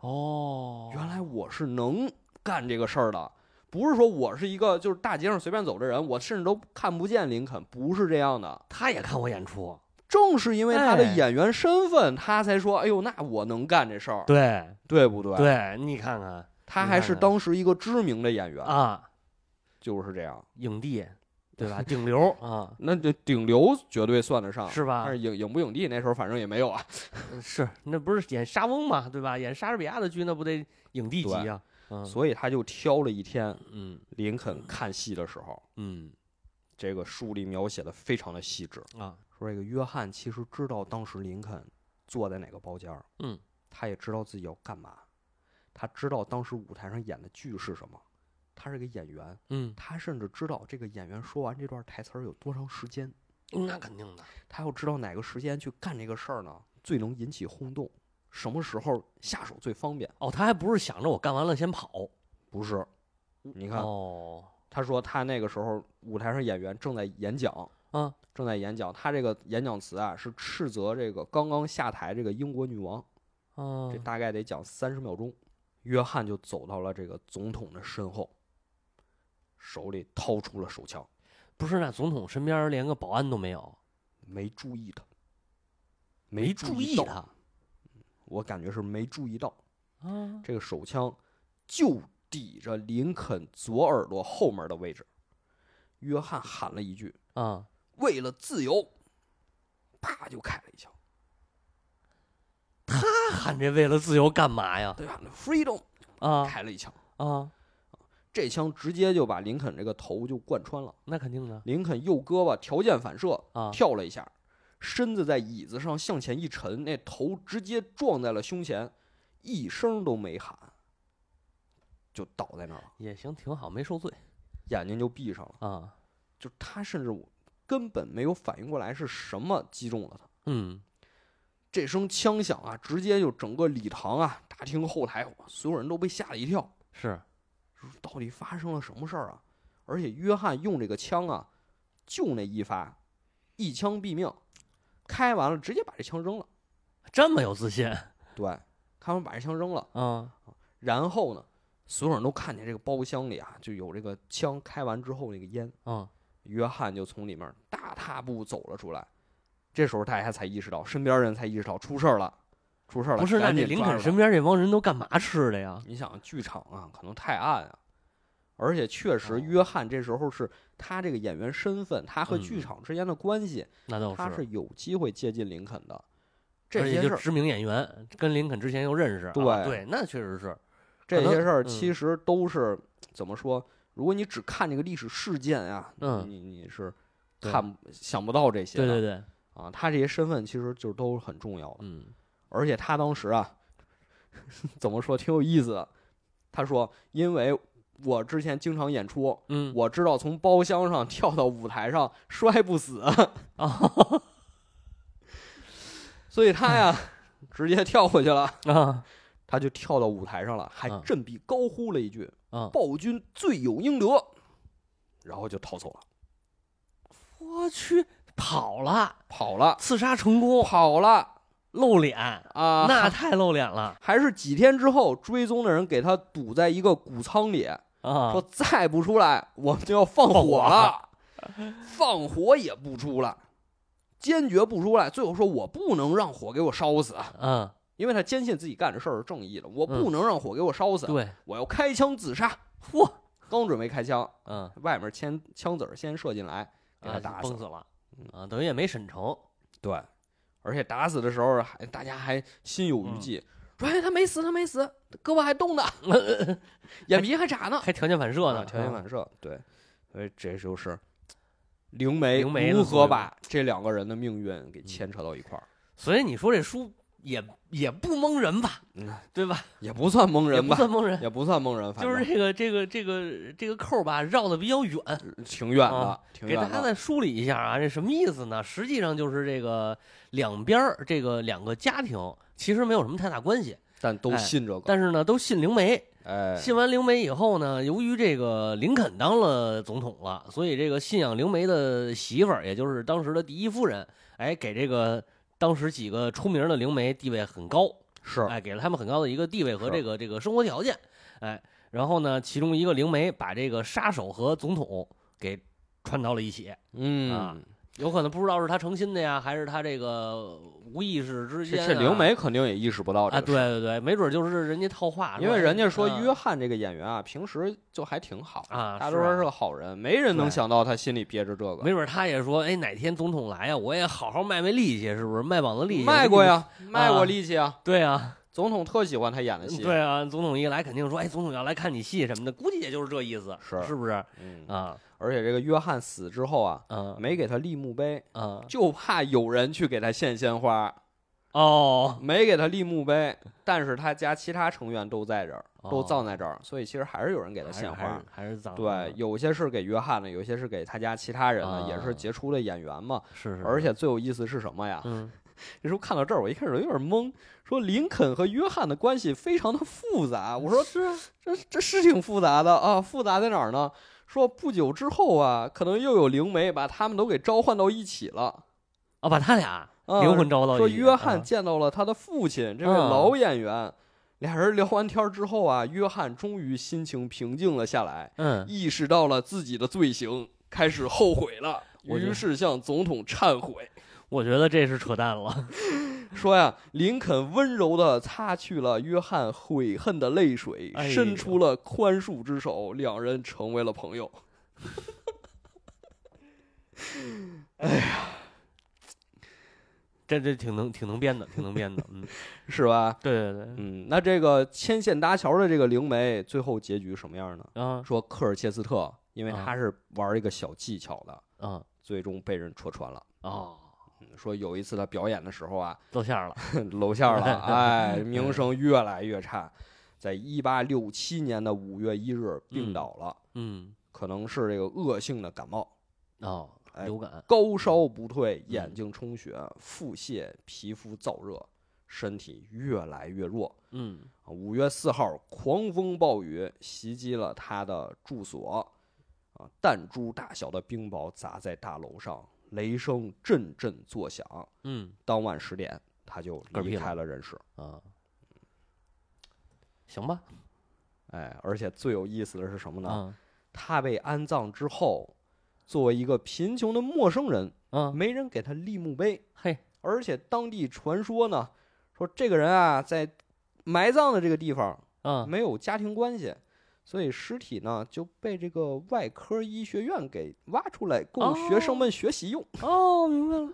S1: 哦，
S2: 原来我是能干这个事儿的，不是说我是一个就是大街上随便走的人，我甚至都看不见林肯，不是这样的。
S1: 他也看我演出，
S2: 正是因为他的
S1: 哎
S2: 演员身份，他才说，哎呦，那我能干这事儿，
S1: 对
S2: 对不对？
S1: 对，你看看
S2: 他还是
S1: 你看看
S2: 当时一个知名的演员，
S1: 啊，
S2: 就是这样。
S1: 影帝对
S2: *laughs*
S1: 吧？顶流啊，
S2: 那这顶流绝对算得上，
S1: 是啊吧呃
S2: 但啊是影影不影帝那时候反正也没有啊。
S1: 是那不是演莎翁嘛，对吧？演莎士比亚的剧那不得影帝级啊？嗯
S2: 所以他就挑了一天，
S1: 嗯
S2: 林肯看戏的时候，
S1: 嗯
S2: 这个书里描写的非常的细致，
S1: 啊
S2: 说这个约翰其实知道当时林肯坐在哪个包间儿，
S1: 嗯，
S2: 他也知道自己要干嘛，他知道当时舞台上演的剧是什么，他是个演员，
S1: 嗯，
S2: 他甚至知道这个演员说完这段台词儿有多长时间，
S1: 那肯定的，
S2: 他要知道哪个时间去干这个事儿呢，最能引起轰动，什么时候下手最方便？
S1: 哦，他还不是想着我干完了先跑，
S2: 不是，你看
S1: 哦，
S2: 他说他那个时候舞台上演员正在演讲，
S1: 啊，
S2: 正在演讲。他这个演讲词啊是斥责这个刚刚下台这个英国女王，
S1: 哦
S2: 这大概得讲三十秒钟。约翰就走到了这个总统的身后，手里掏出了手枪，
S1: 不是那总统身边连个保安都没有，
S2: 没注意他，
S1: 没
S2: 注
S1: 意
S2: 到，
S1: 他
S2: 我感觉是没注意到
S1: 啊，
S2: 这个手枪就抵着林肯左耳朵后面的位置。约翰喊了一句：“
S1: 啊，
S2: 为了自由，啪就开了一枪，
S1: 他喊这为了自由干嘛呀？
S2: 对吧？Freedom
S1: 啊
S2: 开了一枪，
S1: 啊，
S2: 这枪直接就把林肯这个头就贯穿了。
S1: 那肯定的
S2: 林肯右胳膊条件反射
S1: 啊，
S2: 跳了一下，身子在椅子上向前一沉，那头直接撞在了胸前，一声都没喊，就倒在那儿了，
S1: 也行，挺好，没受罪
S2: 眼睛就闭上了。
S1: 啊。
S2: 就是他甚至我根本没有反应过来是什么击中了他。
S1: 嗯，
S2: 这声枪响啊，直接就整个礼堂啊、大厅后台，所有人都被吓了一跳，
S1: 是
S2: 说到底发生了什么事儿啊？而且约翰用这个枪啊，就那一发，一枪毙命，开完了直接把这枪扔了。
S1: 这么有自信啊
S2: 对，开完把这枪扔了。
S1: 嗯
S2: 然后呢，所有人都看见这个包厢里啊，就有这个枪开完之后那个烟。
S1: 嗯
S2: 约翰就从里面大踏步走了出来。这时候大家才意识到，身边人才意识到出事儿了，出事儿了！
S1: 不是，那
S2: 赶
S1: 这林
S2: 紧抓
S1: 肯
S2: 着
S1: 身
S2: 吧
S1: 边这帮人都干嘛吃的呀？
S2: 你想剧场啊，可能太暗啊，而且确
S1: 哦
S2: 实，约翰这时候是他这个演员身份，他和剧
S1: 嗯
S2: 场之间的关系，
S1: 那倒
S2: 他是有机会接近林肯的。这
S1: 而且
S2: 些事
S1: 就
S2: 儿，
S1: 知名演员，跟林肯之前又认识啊，
S2: 对
S1: 对，那确实是，
S2: 这
S1: 能
S2: 些事儿
S1: 嗯
S2: 其实都是怎么说？如果你只看这个历史事件啊，
S1: 嗯
S2: 你你是
S1: 对
S2: 看不想不到这些
S1: 对
S2: 的。
S1: 对对，
S2: 啊，他这些身份其实就都很重要的。
S1: 嗯
S2: 而且他当时啊， *laughs* 怎么说挺有意思的。他说：“因为我之前经常演出，
S1: 嗯，
S2: 我知道从包厢上跳到舞台上摔不死，
S1: 哦
S2: *laughs* 所以
S1: *laughs*
S2: 他呀直接跳过去了，
S1: 啊
S2: 他就跳到舞台上了，还
S1: 嗯
S2: 振臂高呼了一句
S1: 啊
S2: ‘暴君罪有应得’，然后就逃走了，
S1: 我去，跑了，
S2: 跑了，
S1: 刺杀成功，
S2: 跑了
S1: 露脸，
S2: 啊！
S1: 哦那太露脸了
S2: 还是几天之后，追踪的人给他堵在一个谷仓里，
S1: 啊
S2: 说！再不出来，我们就要放
S1: 放
S2: 火
S1: 火
S2: 了。放火也不出来，坚决不出来。最后说，我不能让火给我烧死，啊
S1: 嗯，
S2: 因为他坚信自己干的事儿是正义的，我
S1: 嗯
S2: 不能让火给我烧死，
S1: 对，
S2: 我要开枪自杀。
S1: 嚯，
S2: 刚准备开枪，
S1: 嗯，
S2: 外面枪枪子儿先射进来，给他
S1: 啊
S2: 打
S1: 崩
S2: 死。
S1: 死了啊，等于也没审成，
S2: 对，而且打死的时候还大家还心有余
S1: 嗯
S2: 悸，说哎他没死，他没死，胳膊还
S1: *laughs*
S2: 动呢，眼皮还眨呢。
S1: 还条件反射
S2: 啊
S1: 呢，
S2: 条件
S1: 啊
S2: 反射，对，所以这就是灵媒
S1: 灵媒的
S2: 如
S1: 作
S2: 何
S1: 用嗯
S2: 把这两个人的命运给牵扯到一块儿，
S1: 所以你说这书也也不蒙人吧，
S2: 嗯，
S1: 对吧？
S2: 也不算蒙
S1: 也
S2: 人
S1: 不
S2: 吧，
S1: 算蒙人，
S2: 也不算蒙人，反
S1: 就是这个这个这个这个扣吧绕的比较远，
S2: 正挺远的
S1: 啊，
S2: 挺
S1: 给
S2: 远
S1: 大家
S2: 的，
S1: 再梳理一下啊，这什么意思呢？实际上就是这个两边儿这个两个家庭其实没有什么太大关系，
S2: 但都
S1: 哎
S2: 信这个，
S1: 但是呢都信灵媒。
S2: 哦哎，
S1: 信完灵媒以后呢，由于这个林肯当了总统了，所以这个信仰灵媒的媳妇儿，也就是当时的第一夫人，哎，给这个当时几个出名的灵媒地位很高，
S2: 是
S1: 哎，给了他们很高的一个地位和
S2: 是
S1: 这个这个生活条件，哎，然后呢，其中一个灵媒把这个杀手和总统给串到了一起，啊
S2: 嗯，
S1: 有可能不知道是他诚心的呀，还是他这个无意识之
S2: 这
S1: 间、啊。
S2: 这灵媒肯定也意识不到
S1: 啊，
S2: 这
S1: 对
S2: 个事儿。
S1: 对对，没准就是人家套话，
S2: 因为人家说
S1: 嗯
S2: 约翰这个演员啊，平时就还挺好
S1: 啊
S2: 大
S1: 是
S2: 多数
S1: 啊
S2: 人是个好人，没人能
S1: 对
S2: 想到他心里憋着这个。
S1: 没准他也说，哎，哪天总统来呀，我也好好卖卖力气，是不是？卖膀子力气，
S2: 卖过。呀，卖过
S1: 啊
S2: 力气啊，
S1: 对
S2: *laughs*
S1: 啊，
S2: 总统特喜欢他演的戏。
S1: 对啊，总统一来肯定说，哎，总统要来看你戏什么的，估计也就是这意思，
S2: 是
S1: 是不是？
S2: 嗯，
S1: 啊，
S2: 而且这个约翰死之后啊，
S1: 嗯，
S2: 没给他立墓碑，
S1: 啊，
S2: 就怕有人去给他献鲜花，
S1: 哦，
S2: 没给他立墓碑。但是他家其他成员都在这儿，都葬在这儿，所以其实还是有人给他
S1: 哦还是
S2: 献
S1: 还
S2: 花
S1: 是。哦还是脏，
S2: 对，，有些是给约翰的，有些是给他家其他人的，
S1: 啊
S2: 也是杰出的演员嘛。
S1: 是是，
S2: 而且啊最有意思是什么呀？
S1: 嗯，
S2: 这时候看到这儿，我一开始有点懵，说林肯和约翰的关系非常的复杂。我说
S1: 是啊
S2: 这这是挺复杂的啊，复杂在哪儿呢？说不久之后啊，可能又有灵媒把他们都给召唤到一起了。
S1: 哦，把他俩
S2: 啊
S1: 灵魂招到一起
S2: 说约翰
S1: 啊
S2: 见到了他的父亲，这位
S1: 嗯
S2: 老演员。俩人聊完天儿之后啊，约翰终于心情平静了下来，
S1: 嗯，
S2: 意识到了自己的罪行，开始后悔了，
S1: 我觉
S2: 于
S1: 得
S2: 是向总统忏悔，
S1: 我觉得这是扯淡了。
S2: 说呀，林肯温柔地擦去了约翰悔恨的泪水，
S1: 哎呦
S2: 伸出了宽恕之手，两人成为了朋友。
S1: 嗯这这挺能挺能编的，挺能编的，嗯，
S2: 是吧？
S1: 对对对，
S2: 嗯，那这个牵线搭桥的这个灵媒，最后结局什么样呢？
S1: 啊
S2: 说科尔切斯特，因为
S1: 啊
S2: 他是玩一个小技巧的，
S1: 啊
S2: 最终被人戳穿了。
S1: 哦，
S2: 嗯说有一次他表演的时候啊， *laughs*
S1: 露馅儿了， *laughs*
S2: 楼下了，哎，名声越来越差。在一八六七年的五月一日病倒了，
S1: 嗯，
S2: 可能是这个恶性的感冒，
S1: 哦，
S2: 哎
S1: 流感，
S2: 高烧不退，
S1: 嗯
S2: 眼睛充血，腹泻，皮肤燥热，身体越来越弱。
S1: 嗯
S2: 五月四号，狂风暴雨袭击了他的住所，啊，弹珠大小的冰雹砸在大楼上，雷声阵阵作响。
S1: 嗯
S2: 当晚十点，他就
S1: 嗝屁
S2: 离
S1: 了
S2: 开了人世。
S1: 啊，行吧，
S2: 哎，而且最有意思的是什么呢？
S1: 啊
S2: 他被安葬之后，作为一个贫穷的陌生人，
S1: 啊，
S2: 没人给他立墓碑，
S1: 嘿，
S2: 而且当地传说呢，说这个人啊，在埋葬的这个地方
S1: 啊，
S2: 没有家庭关系，所以尸体呢就被这个外科医学院给挖出来，供学生们学习用。
S1: 哦，明白了，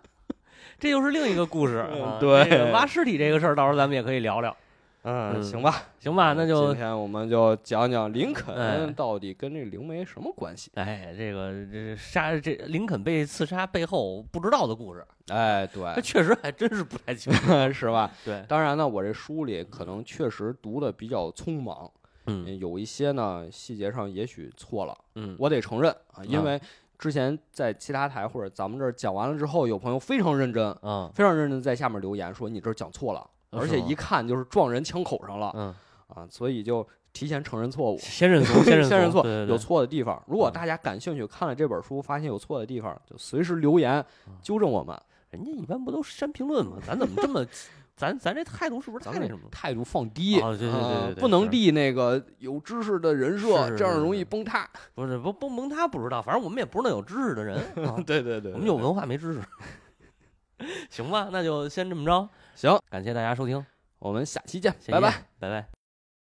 S1: 这又是另一个故事。啊
S2: 嗯对
S1: 这个挖尸体这个事儿，到时候咱们也可以聊聊，
S2: 嗯
S1: 嗯
S2: 行吧，
S1: 行吧？那就
S2: 今天我们就讲讲林
S1: 哎
S2: 肯到底跟这个灵媒什么关系。
S1: 哎，这个这杀这林肯被刺杀背后不知道的故事，
S2: 哎，
S1: 那
S2: 对，
S1: 确实还真是不太清楚。
S2: *laughs* 是吧？
S1: 对，
S2: 当然呢，我这书里可能确实读的比较匆忙，
S1: 嗯
S2: 嗯有一些呢细节上也许错了，
S1: 嗯，
S2: 我得承认啊，
S1: 啊
S2: 因为之前在其他台或者咱们这儿讲完了之后，有朋友非常认真，
S1: 啊，
S2: 非常认真在下面留言说你这儿讲错了，
S1: 啊
S2: 而
S1: 是
S2: 且
S1: 吗
S2: 一看就是撞人枪口上了
S1: 嗯，。
S2: 啊，所以就提前承认错误
S1: 先认
S2: *laughs*
S1: 怂，先认
S2: 先认错，
S1: 对对对
S2: 有错的地方。如果
S1: 嗯
S2: 大家感兴趣，看了这本书发现有错的地方，就随时留言
S1: 嗯
S2: 纠正我们。
S1: 人家一般不都删评论吗？咱怎么这么，咱咱这态度是不是
S2: 咱
S1: 太那
S2: 们这
S1: 什么了？
S2: 态度放低，
S1: 哦对对对
S2: 啊
S1: 对对
S2: 不
S1: 是
S2: 能立那个有知识的人设，
S1: 是是
S2: 这样
S1: 是
S2: 容
S1: 是
S2: 易崩塌。
S1: 不是不不蒙他不知道，反正我们也不是那有知识的
S2: *laughs*
S1: 人，啊
S2: 对对对
S1: 我们有文化没知识。 *laughs* 行吧，那就先这么着，
S2: 行，
S1: 感谢大家收听，
S2: 我们下期见，
S1: 谢谢
S2: 拜拜。
S1: 拜拜。